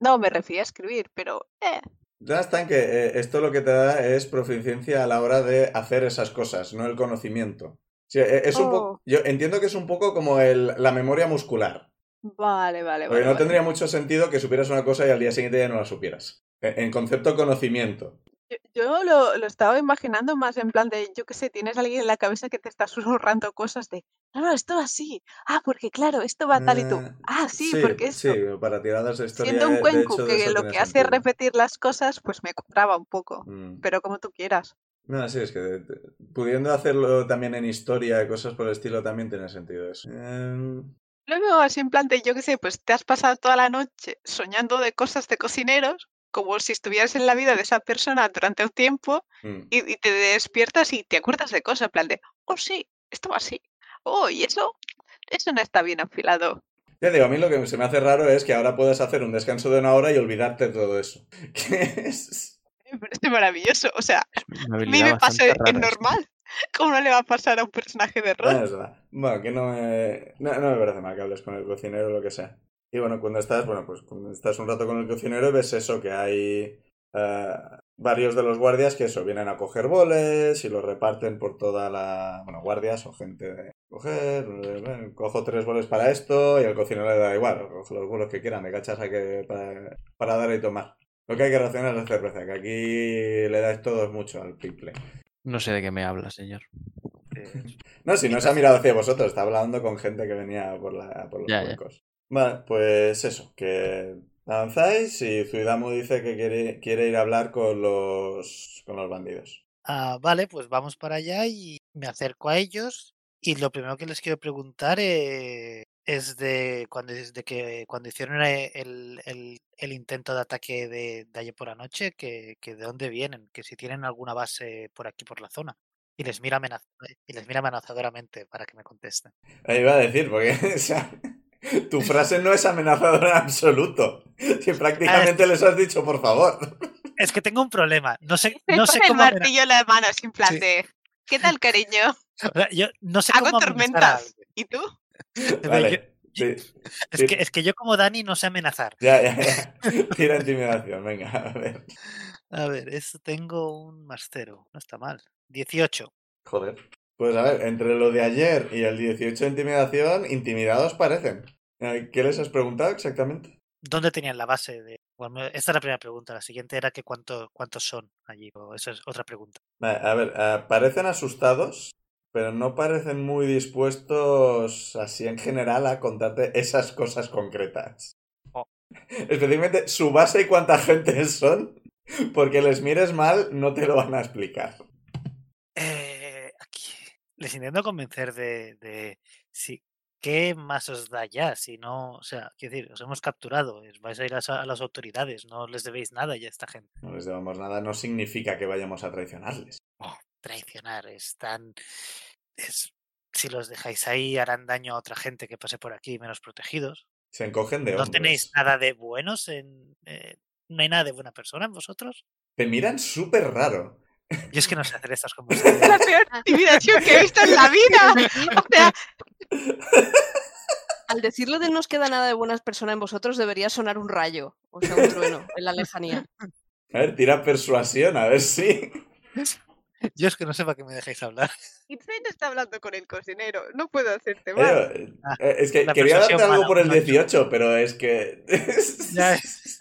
[SPEAKER 2] No, me refiero a escribir, pero eh,
[SPEAKER 1] Ya están que eh, esto lo que te da es proficiencia a la hora de hacer esas cosas, no el conocimiento. Sí, eh, es un po-
[SPEAKER 2] Oh.
[SPEAKER 1] Yo entiendo que es un poco como el, la memoria muscular.
[SPEAKER 2] vale, vale,
[SPEAKER 1] Porque
[SPEAKER 2] vale.
[SPEAKER 1] no
[SPEAKER 2] vale.
[SPEAKER 1] tendría mucho sentido que supieras una cosa y al día siguiente ya no la supieras. En, en concepto conocimiento.
[SPEAKER 2] Yo, yo lo, lo estaba imaginando más en plan de, yo qué sé, tienes a alguien en la cabeza que te está susurrando cosas de, no, no, esto va así, ah, porque claro, esto va tal y tú,
[SPEAKER 1] Eh,
[SPEAKER 2] ah, sí, porque esto,
[SPEAKER 1] Sí, para tiradas de historia.
[SPEAKER 2] siendo un
[SPEAKER 1] de
[SPEAKER 2] cuenco
[SPEAKER 1] hecho, de
[SPEAKER 2] que
[SPEAKER 1] eso
[SPEAKER 2] lo
[SPEAKER 1] tiene
[SPEAKER 2] que hace es
[SPEAKER 1] sentido.
[SPEAKER 2] repetir las cosas, pues me cuadraba un poco,
[SPEAKER 1] Mm.
[SPEAKER 2] pero como tú quieras.
[SPEAKER 1] No, sí, es que de- de- pudiendo hacerlo también en historia, cosas por el estilo, también tiene sentido eso. Em,
[SPEAKER 2] Luego, así en plan de, yo qué sé, pues te has pasado toda la noche soñando de cosas de cocineros, como si estuvieras en la vida de esa persona durante un tiempo,
[SPEAKER 1] mm.
[SPEAKER 2] y, y te despiertas y te acuerdas de cosas, en plan de, oh sí, esto va así, oh, y eso, eso no está bien afilado.
[SPEAKER 1] Ya digo, a mí lo que se me hace raro es que ahora puedas hacer un descanso de una hora y olvidarte de todo eso. Que es-
[SPEAKER 2] Me parece maravilloso, o sea,
[SPEAKER 4] Es una
[SPEAKER 2] a mí
[SPEAKER 4] habilidad
[SPEAKER 2] me pasa
[SPEAKER 4] bastante
[SPEAKER 2] en
[SPEAKER 4] rara esta.
[SPEAKER 2] normal, ¿cómo no le va a pasar a un personaje de
[SPEAKER 1] Ah,
[SPEAKER 2] rol?
[SPEAKER 1] es verdad. Bueno, que no me... No, no me parece mal que hables con el cocinero o lo que sea. Y bueno, cuando estás, bueno, pues cuando estás un rato con el cocinero ves eso, que hay eh, varios de los guardias que eso, vienen a coger boles y los reparten por toda la... Bueno, guardias o gente de- Coger, eh, bueno, cojo tres boles para esto y al cocinero le da igual, cojo los bolos que quiera, me cachas a que para, para dar y tomar. Lo que hay que racionar es la cerveza, que aquí le dais todos mucho al piple.
[SPEAKER 4] No sé de qué me habla, señor.
[SPEAKER 1] No, si no se ha mirado hacia vosotros, está hablando con gente que venía por, la, por los
[SPEAKER 4] Ya, ya.
[SPEAKER 1] huecos. Vale, pues eso, que avanzáis y Zuidamu dice que quiere, quiere ir a hablar con los, con los bandidos.
[SPEAKER 6] Ah, vale, pues vamos para allá y me acerco a ellos. Y lo primero que les quiero preguntar eh, es de cuando, de que, cuando hicieron eh, el, el- el intento de ataque de, de ayer por la noche, que, que de dónde vienen, que si tienen alguna base por aquí, por la zona. Y les mira, amenaz- y les mira amenazadoramente para que me contesten.
[SPEAKER 1] Eh, iba a decir, porque o sea, tu frase no es amenazadora en absoluto.
[SPEAKER 4] Ah,
[SPEAKER 1] Si prácticamente les has dicho, por favor.
[SPEAKER 6] Es que tengo un problema. No sé,
[SPEAKER 2] Me
[SPEAKER 6] no sé
[SPEAKER 2] pone el
[SPEAKER 6] cómo amena-
[SPEAKER 2] martillo en las manos en plan
[SPEAKER 6] Sí.
[SPEAKER 2] de, ¿qué tal, cariño?
[SPEAKER 6] o sea, yo no sé
[SPEAKER 2] Hago
[SPEAKER 6] cómo amenazar a
[SPEAKER 2] tormentas. ¿Y tú?
[SPEAKER 6] alguien.
[SPEAKER 1] Vale.
[SPEAKER 6] yo-
[SPEAKER 1] ti-
[SPEAKER 6] Es
[SPEAKER 1] Sí.
[SPEAKER 6] que, es que yo como Dani no sé amenazar.
[SPEAKER 1] Ya, ya, ya. Tira intimidación, venga, a ver.
[SPEAKER 6] A ver, eso tengo un más cero. No está mal. 18.
[SPEAKER 1] Joder. Pues a ver, entre lo de ayer y el 18 de intimidación, intimidados parecen. Eh, ¿Qué les has preguntado exactamente?
[SPEAKER 6] ¿Dónde tenían la base? De... Bueno, esta es la primera pregunta. La siguiente era que cuánto, cuántos son allí. o Esa es otra pregunta.
[SPEAKER 1] Vale, a ver, eh, parecen asustados, pero no parecen muy dispuestos así en general a contarte esas cosas concretas.
[SPEAKER 6] Oh.
[SPEAKER 1] Especialmente su base y cuánta gente son, porque les mires mal, no te lo van a explicar.
[SPEAKER 6] Eh, aquí. Les intento convencer de, de si, qué más os da ya. Si no, o sea, quiero decir, os hemos capturado. os Vais a ir a, sa- a las autoridades. No les debéis nada ya a esta gente.
[SPEAKER 1] No les debamos nada, no significa que vayamos a traicionarles.
[SPEAKER 6] Traicionar. Están. Es... Si los dejáis ahí, harán daño a otra gente que pase por aquí menos protegidos.
[SPEAKER 1] Se encogen de
[SPEAKER 6] ¿No
[SPEAKER 1] hombros.
[SPEAKER 6] tenéis nada de buenos en.? eh, ¿No hay nada de buena persona en vosotros?
[SPEAKER 1] Te miran súper raro.
[SPEAKER 6] Yo es que no sé hacer estas
[SPEAKER 2] Es
[SPEAKER 6] conversaciones.
[SPEAKER 2] la peor intimidación que he visto en la vida. O sea,
[SPEAKER 5] Al decirlo de no os queda nada de buenas personas en vosotros, debería sonar un rayo, o sea, un trueno en la lejanía.
[SPEAKER 1] A ver, tira persuasión, a ver si.
[SPEAKER 6] Yo es que no sé para qué me dejáis hablar.
[SPEAKER 2] Insane está hablando con el cocinero. No puedo hacerte mal.
[SPEAKER 1] Eh,
[SPEAKER 6] Ah,
[SPEAKER 1] eh, es que
[SPEAKER 6] la
[SPEAKER 1] quería
[SPEAKER 6] persuasión
[SPEAKER 1] darte algo
[SPEAKER 6] mala,
[SPEAKER 1] por el
[SPEAKER 6] un ocho.
[SPEAKER 1] 18, pero es que.
[SPEAKER 6] Ya es-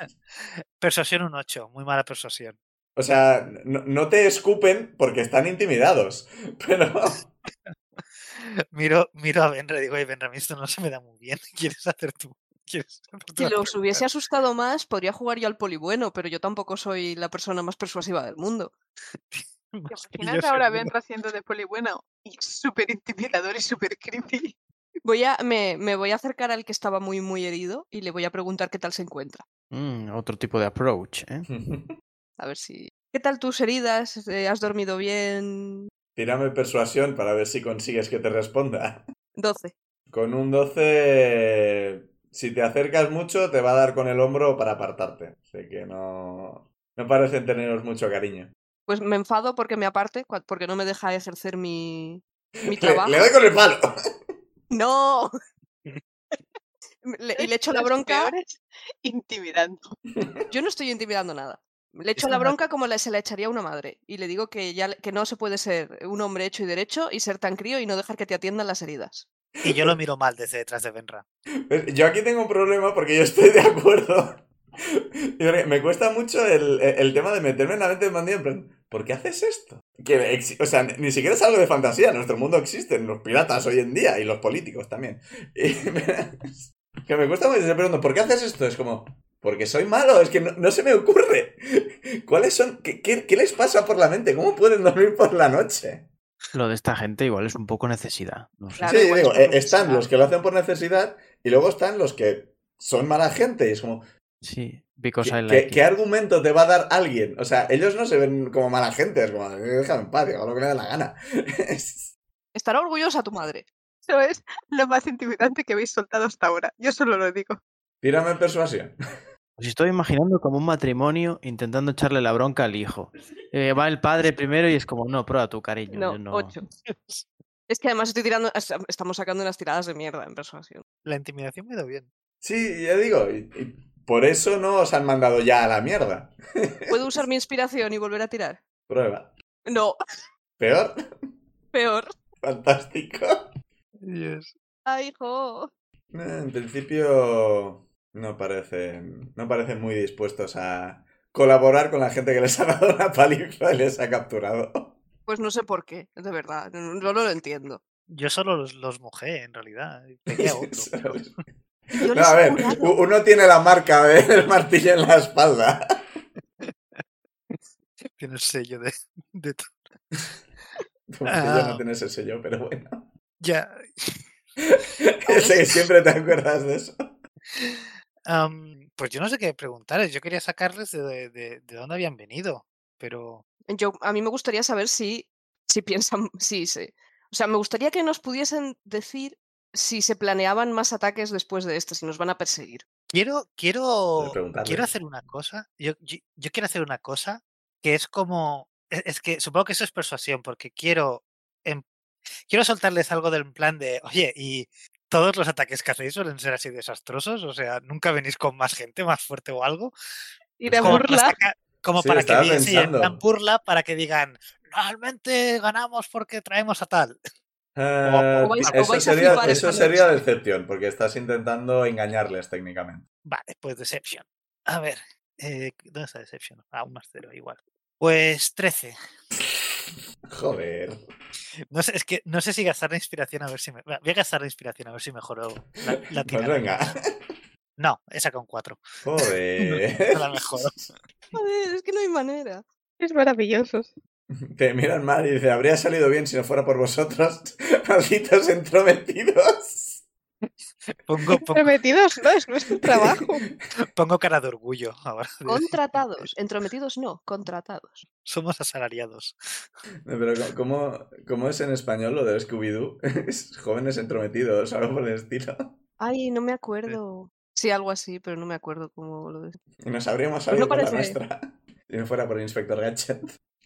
[SPEAKER 6] Persuasión un 8, muy mala persuasión.
[SPEAKER 1] O sea, no, no te escupen porque están intimidados. Pero.
[SPEAKER 6] Miro, miro a Benra y digo, "Ey, Benra, a mí esto no se me da muy bien. ¿Qué ¿Quieres hacer tú? ¿Quieres hacer tú
[SPEAKER 5] Si
[SPEAKER 6] la
[SPEAKER 5] los
[SPEAKER 6] pregunta?".
[SPEAKER 5] hubiese asustado más, podría jugar yo al polibueno, pero yo tampoco soy la persona más persuasiva del mundo.
[SPEAKER 2] ¿Te
[SPEAKER 6] Más que yo
[SPEAKER 2] imaginas ahora
[SPEAKER 6] seguro.
[SPEAKER 2] Ben haciendo de polibueno? Y súper intimidador y súper creepy.
[SPEAKER 5] Voy a, me, me voy a acercar al que estaba muy, muy herido y le voy a preguntar qué tal se encuentra.
[SPEAKER 4] Mm, otro tipo de approach, ¿eh?
[SPEAKER 5] A ver si... ¿Qué tal tus heridas? Eh, ¿Has dormido bien?
[SPEAKER 1] Tírame persuasión para ver si consigues que te responda.
[SPEAKER 5] 12.
[SPEAKER 1] Con un 12. Si te acercas mucho, te va a dar con el hombro para apartarte. Así que no. No parecen teneros mucho cariño.
[SPEAKER 5] Pues me enfado porque me aparte, cua- porque no me deja ejercer mi, mi
[SPEAKER 1] Le,
[SPEAKER 5] trabajo.
[SPEAKER 1] le doy con el palo.
[SPEAKER 5] ¡No! Le- y le echo la
[SPEAKER 2] Los
[SPEAKER 5] bronca.
[SPEAKER 2] peores Intimidando.
[SPEAKER 5] Yo no estoy intimidando nada. Le echo
[SPEAKER 6] Eso
[SPEAKER 5] la
[SPEAKER 6] no-
[SPEAKER 5] bronca como le- se la echaría a una madre. Y le digo que ya le- que no se puede ser un hombre hecho y derecho y ser tan crío y no dejar que te atiendan las heridas.
[SPEAKER 6] Y yo lo miro mal desde detrás de Benra.
[SPEAKER 1] Pues, Yo aquí tengo un problema porque yo estoy de acuerdo. Y porque Me cuesta mucho el, el tema de meterme en la mente del bandido. en plan, ¿Por qué haces esto? Que ex- o sea, ni siquiera es algo de fantasía. En nuestro mundo existen los piratas hoy en día y los políticos también. Y me- que me cuesta mucho. Pero ¿por qué haces esto? Es como, porque soy malo. Es que no, no se me ocurre. ¿Cuáles son? Qué, qué- qué les pasa por la mente? ¿Cómo pueden dormir por la noche?
[SPEAKER 4] Lo de esta gente igual es un poco necesidad. No sé.
[SPEAKER 5] Claro.
[SPEAKER 1] sí,
[SPEAKER 5] igual
[SPEAKER 1] digo,
[SPEAKER 5] es por
[SPEAKER 1] eh, están
[SPEAKER 5] necesidad.
[SPEAKER 1] los que lo hacen por necesidad y luego están los que son mala gente. Y es como,
[SPEAKER 4] Sí, because I
[SPEAKER 1] ¿qué,
[SPEAKER 4] like
[SPEAKER 1] qué-
[SPEAKER 4] it.
[SPEAKER 1] qué argumento te va a dar alguien? O sea, ellos no se ven como mala gente, es como, "Eh, déjame en paz, hago lo que me da la gana.
[SPEAKER 5] Estará orgullosa tu madre.
[SPEAKER 2] Eso es lo más intimidante que habéis soltado hasta ahora. Yo solo lo digo.
[SPEAKER 1] Tírame en persuasión.
[SPEAKER 4] Os pues estoy imaginando como un matrimonio intentando echarle la bronca al hijo. Eh, va el padre primero y es como, no, prueba tu cariño.
[SPEAKER 5] No,
[SPEAKER 4] yo no-
[SPEAKER 5] ocho. Es que además estoy tirando. es- Estamos sacando unas tiradas de mierda en persuasión.
[SPEAKER 6] La intimidación me da bien.
[SPEAKER 1] Sí, ya digo, y- y por eso no os han mandado ya a la mierda.
[SPEAKER 5] ¿Puedo usar mi inspiración y volver a tirar?
[SPEAKER 1] Prueba.
[SPEAKER 5] No,
[SPEAKER 1] Peor,
[SPEAKER 5] peor.
[SPEAKER 1] fantástico.
[SPEAKER 7] Yes.
[SPEAKER 5] ¡Ay, jo!
[SPEAKER 1] Eh, En principio no parecen, no parecen muy dispuestos a colaborar con la gente que les ha dado una paliza y les ha capturado.
[SPEAKER 5] Pues no sé por qué, de verdad. No, no- no lo entiendo.
[SPEAKER 6] Yo solo los, los mojé, en realidad. y pegué a otro.
[SPEAKER 1] ¿Sabes?
[SPEAKER 5] Yo
[SPEAKER 1] No,
[SPEAKER 5] les
[SPEAKER 1] a
[SPEAKER 5] he
[SPEAKER 1] ver,
[SPEAKER 5] curado.
[SPEAKER 1] u- uno tiene la marca del martillo en la espalda.
[SPEAKER 6] Tiene el sello de, de to-
[SPEAKER 1] Tu martillo
[SPEAKER 6] Ah.
[SPEAKER 1] no tiene ese sello, pero bueno.
[SPEAKER 6] Ya.
[SPEAKER 1] Ese- siempre te acuerdas de eso.
[SPEAKER 6] am, pues yo no sé qué preguntarles. Yo quería sacarles de, de- de dónde habían venido. Pero
[SPEAKER 5] Yo, a mí me gustaría saber si, si piensan, sí, sí. O sea, me gustaría que nos pudiesen decir si se planeaban más ataques después de este, si nos van a perseguir.
[SPEAKER 6] quiero, quiero, quiero
[SPEAKER 1] Preguntarles.
[SPEAKER 6] hacer una cosa. Yo, yo- yo quiero hacer una cosa que es como. e- Es que supongo que eso es persuasión, porque quiero. em- quiero soltarles algo del plan de. Oye, y todos los ataques que hacéis suelen ser así desastrosos. O sea, nunca venís con más gente más fuerte o algo.
[SPEAKER 5] Ir a
[SPEAKER 6] como para
[SPEAKER 5] burla.
[SPEAKER 6] saca- como
[SPEAKER 1] Sí,
[SPEAKER 6] para que
[SPEAKER 1] estaba
[SPEAKER 6] digan, sí, en
[SPEAKER 1] pensando.
[SPEAKER 6] plan burla para que digan, realmente ganamos porque traemos a tal.
[SPEAKER 1] Ah,
[SPEAKER 5] o vais-
[SPEAKER 1] ti-
[SPEAKER 5] o
[SPEAKER 1] eso
[SPEAKER 5] vais a
[SPEAKER 1] sería,
[SPEAKER 5] flipar
[SPEAKER 1] eso
[SPEAKER 5] esta
[SPEAKER 1] sería
[SPEAKER 5] noche.
[SPEAKER 1] decepción, porque estás intentando engañarles técnicamente.
[SPEAKER 6] Vale, pues Deception. A ver, eh, ¿dónde está Deception? Ah, un más cero, igual. Pues 13.
[SPEAKER 1] Joder.
[SPEAKER 6] No sé, es que no sé si gastar la inspiración a ver si me. va, Voy a gastar la inspiración a ver si mejoro la, la
[SPEAKER 1] Pues
[SPEAKER 6] tirada.
[SPEAKER 1] venga.
[SPEAKER 6] No, he sacado un 4.
[SPEAKER 1] Joder.
[SPEAKER 6] No la mejoro.
[SPEAKER 5] Joder, es que no hay manera.
[SPEAKER 2] Es maravilloso.
[SPEAKER 1] Te miran mal y dice, habría salido bien si no fuera por vosotros, malditos entrometidos.
[SPEAKER 6] Pongo, pongo,
[SPEAKER 2] Prometidos no, es nuestro trabajo.
[SPEAKER 6] pongo cara de orgullo ahora. de-
[SPEAKER 5] Contratados. Entrometidos no, contratados.
[SPEAKER 6] Somos asalariados.
[SPEAKER 1] No, Pero co- ¿cómo, cómo es en español lo de Scooby-Doo? Es Jóvenes entrometidos, algo por el estilo.
[SPEAKER 5] Ay, no me acuerdo. Sí, algo así, pero no me acuerdo cómo lo decía.
[SPEAKER 1] Y nos habríamos salido con la
[SPEAKER 5] Pues parece.
[SPEAKER 1] nuestra. Si no fuera por el inspector Gadget.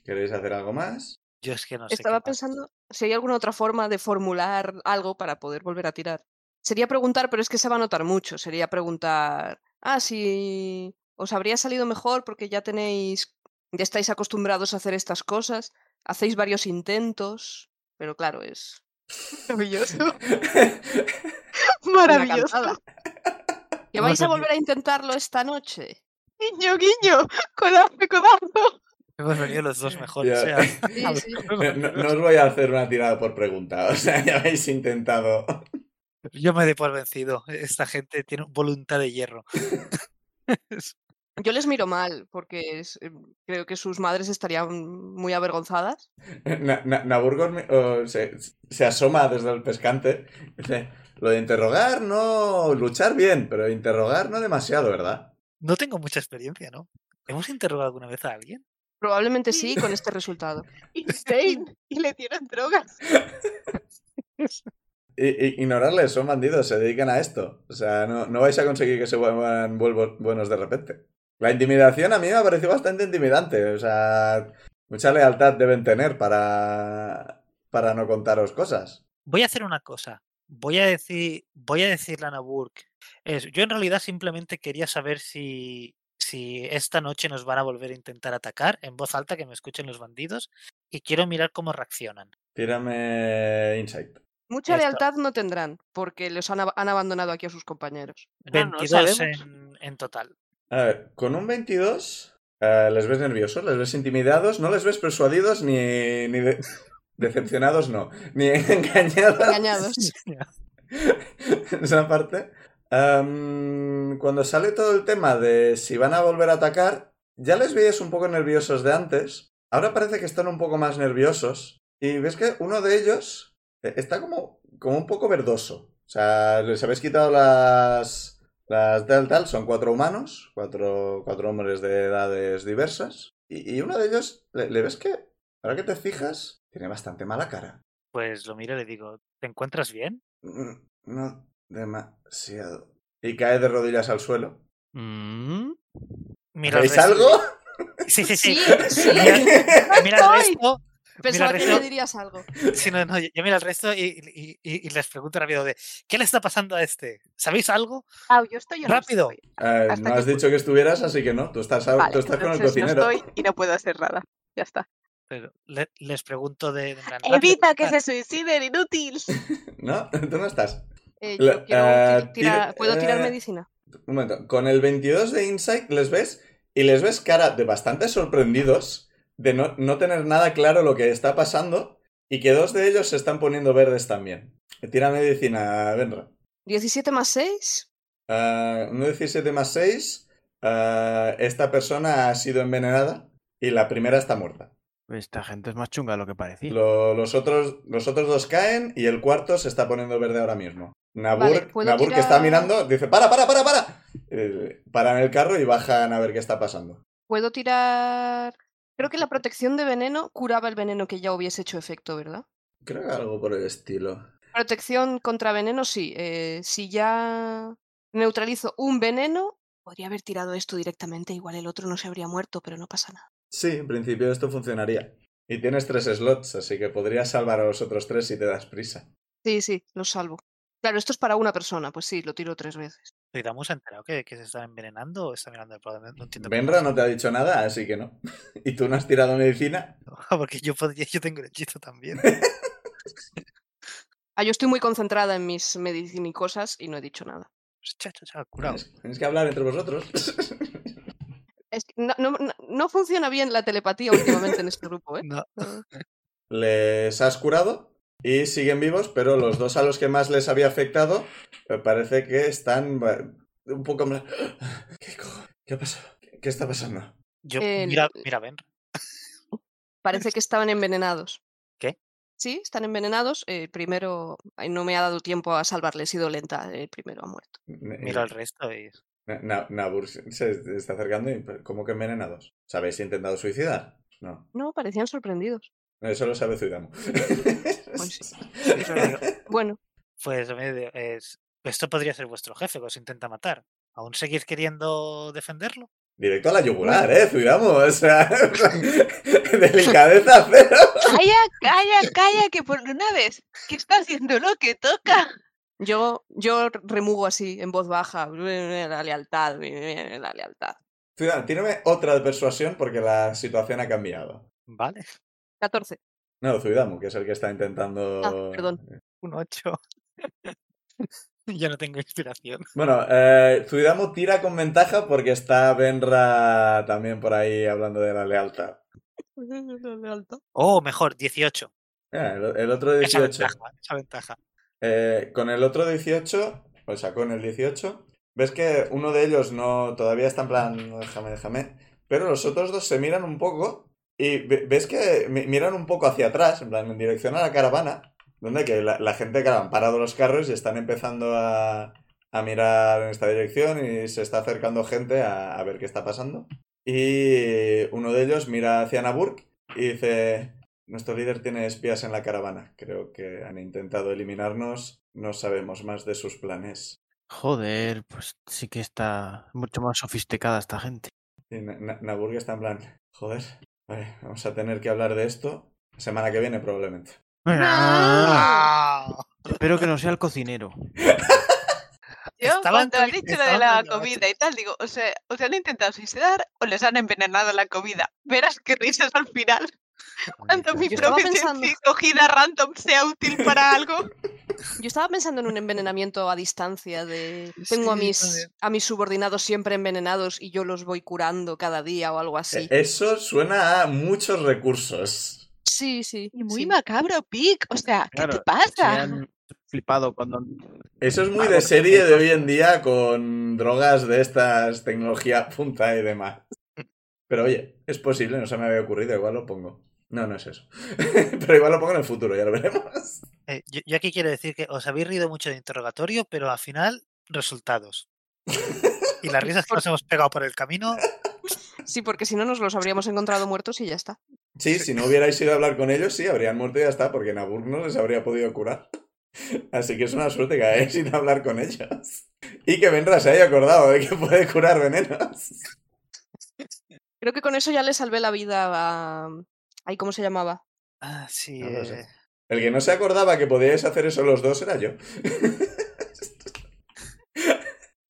[SPEAKER 1] ¿Queréis hacer algo más?
[SPEAKER 6] Yo es que no sé. qué
[SPEAKER 5] Estaba
[SPEAKER 6] más.
[SPEAKER 5] pensando si hay alguna otra forma de formular algo para poder volver a tirar. Sería preguntar, pero es que se va a notar mucho. Sería preguntar, ah, si os habría salido mejor porque ya tenéis, ya estáis acostumbrados a hacer estas cosas, hacéis varios intentos, pero claro, es
[SPEAKER 2] Maravilloso.
[SPEAKER 5] una
[SPEAKER 2] Maravilloso.
[SPEAKER 5] cantada. ¿Que
[SPEAKER 6] Hemos
[SPEAKER 5] vais a
[SPEAKER 6] venido-
[SPEAKER 5] volver a intentarlo esta noche?
[SPEAKER 2] Guiño, guiño. Codazo, codazo.
[SPEAKER 6] Hemos venido los dos mejores. ¿eh?
[SPEAKER 1] Ya.
[SPEAKER 6] o sea,
[SPEAKER 5] Sí,
[SPEAKER 6] a los
[SPEAKER 5] sí.
[SPEAKER 6] dos
[SPEAKER 1] No, no-
[SPEAKER 6] mejores.
[SPEAKER 1] no os voy a hacer una tirada por pregunta, o sea, ya habéis intentado.
[SPEAKER 6] Yo me doy por vencido. Esta gente tiene voluntad de hierro.
[SPEAKER 5] Yo les miro mal porque es- em, creo que sus madres estarían muy avergonzadas.
[SPEAKER 1] Na- Na- Naburgo me- o se, se asoma desde el pescante. Dice, lo de interrogar, no, luchar bien, pero interrogar no demasiado, ¿verdad?
[SPEAKER 6] No tengo mucha experiencia, ¿no? ¿Hemos interrogado alguna vez a alguien?
[SPEAKER 5] Probablemente sí con este resultado.
[SPEAKER 2] Insane. Y le dieron drogas.
[SPEAKER 1] I- i- ignorarles, son bandidos, se dedican a esto. O sea, no, no vais a conseguir que se vuelvan vuelvo- buenos de repente. La intimidación a mí me ha parecido bastante intimidante. O sea, mucha lealtad deben tener para, para no contaros cosas.
[SPEAKER 6] Voy a hacer una cosa. Voy a decir, voy a decirle a Nabur. Es, yo en realidad simplemente quería saber si, si esta noche nos van a volver a intentar atacar en voz alta que me escuchen los bandidos y quiero mirar cómo reaccionan.
[SPEAKER 1] Tírame Insight.
[SPEAKER 5] Mucha
[SPEAKER 6] Esto-
[SPEAKER 5] lealtad no tendrán, porque los han, ab- han abandonado aquí a sus compañeros.
[SPEAKER 2] No, no lo
[SPEAKER 6] 22
[SPEAKER 2] sabemos.
[SPEAKER 6] en, en total.
[SPEAKER 1] A ver, con un 22 eh, les ves nerviosos, les ves intimidados, no les ves persuadidos ni, ni de- decepcionados, no, ni engañados.
[SPEAKER 5] Engañados.
[SPEAKER 1] Esa parte. Am, cuando sale todo el tema de si van a volver a atacar, ya les veías un poco nerviosos de antes, ahora parece que están un poco más nerviosos y ves que uno de ellos eh, está como, como un poco verdoso. O sea, les habéis quitado las, las tal, tal, son cuatro humanos, cuatro, cuatro hombres de edades diversas. Y, y uno de ellos, le, le ves que, ahora que te fijas, tiene bastante mala cara.
[SPEAKER 6] Pues lo miro y le digo, ¿te encuentras bien?
[SPEAKER 1] Mm, No demasiado. Y cae de rodillas al suelo.
[SPEAKER 4] Mm.
[SPEAKER 6] Mira al
[SPEAKER 1] ¿Veis
[SPEAKER 6] resto y
[SPEAKER 1] algo?
[SPEAKER 6] le- Sí, sí, sí.
[SPEAKER 5] Sí, sí.
[SPEAKER 6] Mira, mira al
[SPEAKER 2] Estoy.
[SPEAKER 6] resto
[SPEAKER 5] Pensaba que
[SPEAKER 6] Rita.
[SPEAKER 5] me dirías algo.
[SPEAKER 6] Sí, no, no, yo yo miro al resto y, y- y- y les pregunto rápido de ¿qué le está pasando a este? ¿Sabéis algo?
[SPEAKER 2] Ah, yo estoy yo no
[SPEAKER 6] Rápido.
[SPEAKER 2] estoy.
[SPEAKER 1] Eh,
[SPEAKER 2] Hasta
[SPEAKER 1] no has
[SPEAKER 2] que-
[SPEAKER 1] dicho que estuvieras, así que no. Tú estás,
[SPEAKER 2] Vale,
[SPEAKER 1] tú estás con el
[SPEAKER 2] entonces
[SPEAKER 1] cocinero.
[SPEAKER 2] No estoy y no puedo hacer nada. Ya está.
[SPEAKER 6] pero le- les pregunto de, de en plan,
[SPEAKER 2] Evita que
[SPEAKER 6] rápido,
[SPEAKER 2] se suiciden, inútil.
[SPEAKER 1] ¿No? ¿Tú no estás?
[SPEAKER 5] Eh,
[SPEAKER 1] La-
[SPEAKER 5] yo quiero
[SPEAKER 1] ah,
[SPEAKER 5] ti- tirar-
[SPEAKER 1] tira-
[SPEAKER 5] ¿Puedo tirar
[SPEAKER 1] eh,
[SPEAKER 5] medicina?
[SPEAKER 1] Un momento. Con el 22 de Insight les ves y les ves cara de bastante sorprendidos de no, no tener nada claro lo que está pasando y que dos de ellos se están poniendo verdes también. Tira medicina, Benra.
[SPEAKER 5] 17 más 6.
[SPEAKER 1] Ah, un 17 más 6. esta persona ha sido envenenada y la primera está muerta.
[SPEAKER 4] Esta gente es más chunga de lo que parecía.
[SPEAKER 1] Lo- los, otros, los otros dos caen y el cuarto se está poniendo verde ahora mismo. Nabur,
[SPEAKER 5] Vale, ¿puedo
[SPEAKER 1] Nabur que
[SPEAKER 5] tirar-
[SPEAKER 1] está mirando, dice, para, para, para, para. Eh, paran el carro y bajan a ver qué está pasando.
[SPEAKER 5] Puedo tirar. Creo que la protección de veneno curaba el veneno que ya hubiese hecho efecto, ¿verdad?
[SPEAKER 1] Creo que algo por el estilo.
[SPEAKER 5] Protección contra veneno, sí. eh, si ya neutralizo un veneno, podría haber tirado esto directamente. Igual el otro no se habría muerto, pero no pasa nada.
[SPEAKER 1] Sí, en principio esto funcionaría. Y tienes tres slots, así que podrías salvar a los otros tres si te das prisa.
[SPEAKER 5] Sí, sí, lo salvo. Claro, esto es para una persona, pues sí, lo tiro tres veces.
[SPEAKER 6] Zuidamu se ha enterado que, que se está envenenando o está mirando el programa. No entiendo. cómo
[SPEAKER 1] Benra
[SPEAKER 6] pasa.
[SPEAKER 1] no te ha dicho nada, así que no. ¿Y tú no has tirado medicina?
[SPEAKER 6] Porque yo, podría- yo tengo el hechizo también.
[SPEAKER 5] Ah, yo estoy muy concentrada en mis medicina y cosas y no he dicho nada.
[SPEAKER 6] Cha, cha, cha, curado.
[SPEAKER 1] Tienes- Tenéis que hablar entre vosotros.
[SPEAKER 5] Es que no, no- no- no funciona bien la telepatía últimamente en este grupo, ¿eh?
[SPEAKER 6] No,
[SPEAKER 5] No.
[SPEAKER 1] les has curado y siguen vivos, pero los dos a los que más les había afectado eh, parece que están va- un poco más... ¿Qué, cojo- qué ha pasado? ¿Qué está pasando?
[SPEAKER 6] yo,
[SPEAKER 5] El-
[SPEAKER 6] mira, mira, Benra.
[SPEAKER 5] Parece que estaban envenenados.
[SPEAKER 6] ¿Qué?
[SPEAKER 5] Sí, están envenenados. El primero ay, no me ha dado tiempo a salvarle, he sido lenta. El primero ha muerto.
[SPEAKER 6] Miro
[SPEAKER 1] Eh.
[SPEAKER 6] al resto y.
[SPEAKER 1] Na- Na- Nabur se se está acercando y como que envenenados. ¿Os habéis intentado suicidar? No.
[SPEAKER 5] No, parecían sorprendidos.
[SPEAKER 1] Eso lo sabe Zuidamu.
[SPEAKER 5] Pues sí, es verdad. Bueno,
[SPEAKER 6] Pues me de- es- esto podría ser vuestro jefe que os intenta matar. ¿Aún seguís queriendo defenderlo?
[SPEAKER 1] Directo a la yugular, ¿eh? Zuidamu. O sea, delicadeza cero.
[SPEAKER 2] Calla, calla, calla, que por una vez que está haciendo lo que toca.
[SPEAKER 5] yo, yo remugo así, en voz baja, la lealtad, la lealtad.
[SPEAKER 1] Zuidamu, tírame otra de persuasión porque la situación ha cambiado.
[SPEAKER 6] Vale,
[SPEAKER 5] 14.
[SPEAKER 1] No, Zuidamu, que es el que está intentando...
[SPEAKER 5] Ah, perdón.
[SPEAKER 6] un 8. ya no tengo inspiración.
[SPEAKER 1] Bueno, eh, Zuidamu tira con ventaja porque está Benra también por ahí hablando de la lealtad.
[SPEAKER 5] La lealtad.
[SPEAKER 6] Oh, mejor, 18.
[SPEAKER 1] Ah, el, el otro
[SPEAKER 6] Esa
[SPEAKER 1] 18.
[SPEAKER 6] ventaja, esa ventaja.
[SPEAKER 1] Eh, con el otro 18, o sea, con el 18, ves que uno de ellos no todavía está en plan, "No, déjame, déjame, pero los otros dos se miran un poco y ve- ves que mi- miran un poco hacia atrás, en plan, en dirección a la caravana, donde que la, la gente, claro, han parado los carros y están empezando a, a mirar en esta dirección y se está acercando gente a, a ver qué está pasando. Y uno de ellos mira hacia Naburk y dice, nuestro líder tiene espías en la caravana. Creo que han intentado eliminarnos. No sabemos más de sus planes.
[SPEAKER 4] Joder, pues sí que está mucho más sofisticada esta gente.
[SPEAKER 1] Y Na- Na- Naburg está en plan, joder, vale, vamos a tener que hablar de esto semana que viene probablemente.
[SPEAKER 4] Ah,
[SPEAKER 6] Ah,
[SPEAKER 4] Espero que no sea el cocinero.
[SPEAKER 2] Yo,
[SPEAKER 6] Estaban
[SPEAKER 2] cuando
[SPEAKER 6] tan-
[SPEAKER 2] han dicho lo de
[SPEAKER 6] estaban
[SPEAKER 2] la
[SPEAKER 6] tan
[SPEAKER 2] comida y tal, digo, o sea, o se han intentado suicidar o les han envenenado la comida. Verás qué risas al final. Cuando mi
[SPEAKER 5] Yo estaba
[SPEAKER 2] propia
[SPEAKER 5] pensando-
[SPEAKER 2] cogida random sea útil para algo.
[SPEAKER 5] Yo estaba pensando en un envenenamiento a distancia de tengo a
[SPEAKER 6] Sí,
[SPEAKER 5] mis
[SPEAKER 6] también.
[SPEAKER 5] a mis subordinados siempre envenenados y yo los voy curando cada día o
[SPEAKER 6] Eh,
[SPEAKER 5] algo así.
[SPEAKER 1] E- Eso suena a muchos recursos.
[SPEAKER 5] Sí, sí.
[SPEAKER 2] Y muy
[SPEAKER 5] sí.
[SPEAKER 2] macabro, Pic. O sea, ¿qué
[SPEAKER 4] Claro,
[SPEAKER 2] te pasa?
[SPEAKER 4] Se han flipado cuando han-
[SPEAKER 1] Eso es muy
[SPEAKER 4] Ah,
[SPEAKER 1] de
[SPEAKER 4] bueno,
[SPEAKER 1] serie de hoy
[SPEAKER 4] entonces-
[SPEAKER 1] en día con drogas de estas, tecnología punta y demás. Pero oye, es posible, no se me había ocurrido, igual lo pongo. No, no es eso. Pero igual lo pongo en el futuro, ya lo veremos.
[SPEAKER 6] eh, yo, yo aquí quiero decir que os habéis reído mucho de interrogatorio, pero al final, resultados. Y las risas que nos hemos pegado por el camino,
[SPEAKER 5] Sí, porque si no nos los habríamos encontrado muertos y ya está.
[SPEAKER 1] Sí, si no hubierais ido a hablar con ellos, sí, habrían muerto y ya está, porque Nabur no les habría podido curar. Así que es una suerte que hayáis ido a hablar con ellos. Y que Benra se haya acordado de que puede curar venenos.
[SPEAKER 5] Creo que con eso ya le salvé la vida a ay, ¿cómo se llamaba?
[SPEAKER 6] Ah, sí.
[SPEAKER 1] No lo sé.
[SPEAKER 6] eh,
[SPEAKER 1] El que no se acordaba que podíais hacer eso los dos era yo.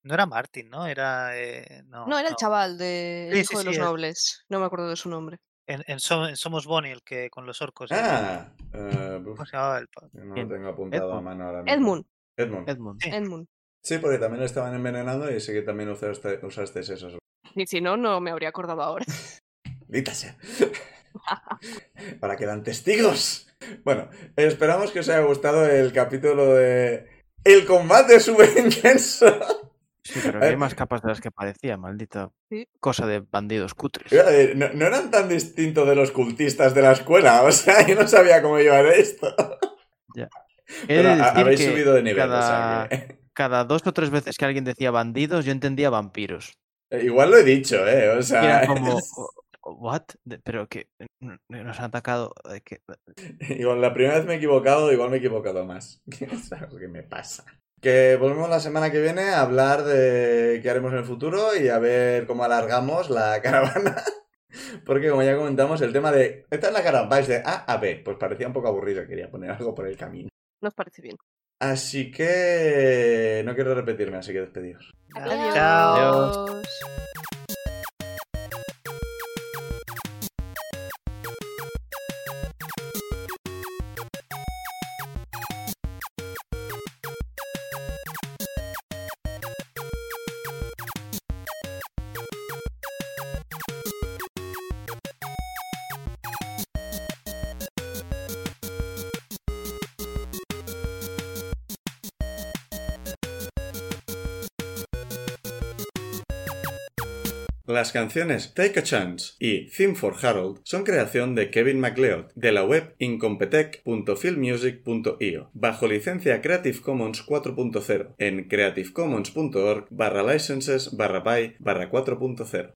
[SPEAKER 6] no era Martin, ¿no? Era. eh, no,
[SPEAKER 5] No, era el chaval de el
[SPEAKER 6] Sí, sí,
[SPEAKER 5] hijo de
[SPEAKER 6] sí, eh.
[SPEAKER 5] los
[SPEAKER 6] el-
[SPEAKER 5] nobles. No me acuerdo de su nombre.
[SPEAKER 6] En, en So- en Somos Bonnie, el que con los orcos. el-
[SPEAKER 1] Ah, eh, buf,
[SPEAKER 6] ¿Cómo se llamaba el pa-
[SPEAKER 1] no lo
[SPEAKER 4] ¿Quién?
[SPEAKER 1] tengo apuntado a
[SPEAKER 4] Edmund.
[SPEAKER 1] mano ahora mismo.
[SPEAKER 5] Edmund,
[SPEAKER 1] Edmund.
[SPEAKER 4] Edmund.
[SPEAKER 6] Sí.
[SPEAKER 5] Edmund.
[SPEAKER 1] Sí, porque también lo estaban envenenando y sí que también usaste, usasteis esos.
[SPEAKER 5] Y si no, no me habría acordado ahora.
[SPEAKER 1] Maldita sea. Para que dan testigos. Bueno, esperamos que os haya gustado el capítulo de El combate súper intenso.
[SPEAKER 4] Sí, pero que hay más capas de las que parecía, maldita
[SPEAKER 5] Sí.
[SPEAKER 4] cosa de bandidos cutres.
[SPEAKER 1] Iba a decir, No, no eran tan distintos de los cultistas de la escuela, o sea, yo no sabía cómo llevar esto.
[SPEAKER 4] He de
[SPEAKER 1] Pero a-
[SPEAKER 4] decir
[SPEAKER 1] habéis
[SPEAKER 4] que
[SPEAKER 1] subido de nivel, o sea
[SPEAKER 4] cada,
[SPEAKER 1] que-
[SPEAKER 4] cada dos o tres veces que alguien decía bandidos, yo entendía vampiros.
[SPEAKER 1] Igual lo he dicho, ¿eh? O
[SPEAKER 4] Y
[SPEAKER 1] sea,
[SPEAKER 4] era como,
[SPEAKER 1] es-
[SPEAKER 4] "O- ¿what? De- Pero que n- n- nos han atacado. eh, que-
[SPEAKER 1] Igual la primera vez me he equivocado, igual me he equivocado más. es algo que me pasa. Que volvemos la semana que viene a hablar de qué haremos en el futuro y a ver cómo alargamos la caravana. Porque como ya comentamos, el tema de... Esta es la caravana, vais de A a B. Pues parecía un poco aburrido, quería poner algo por el camino.
[SPEAKER 5] Nos parece bien.
[SPEAKER 1] Así que... No quiero repetirme, así que despedidos.
[SPEAKER 5] Adiós.
[SPEAKER 6] Chao.
[SPEAKER 5] Adiós.
[SPEAKER 1] Las canciones Take a Chance y Theme for Harold son creación de Kevin MacLeod de la web incompetech.filmmusic.io bajo licencia Creative Commons 4.0 en creativecommons.org barra licenses barra by barra 4.0.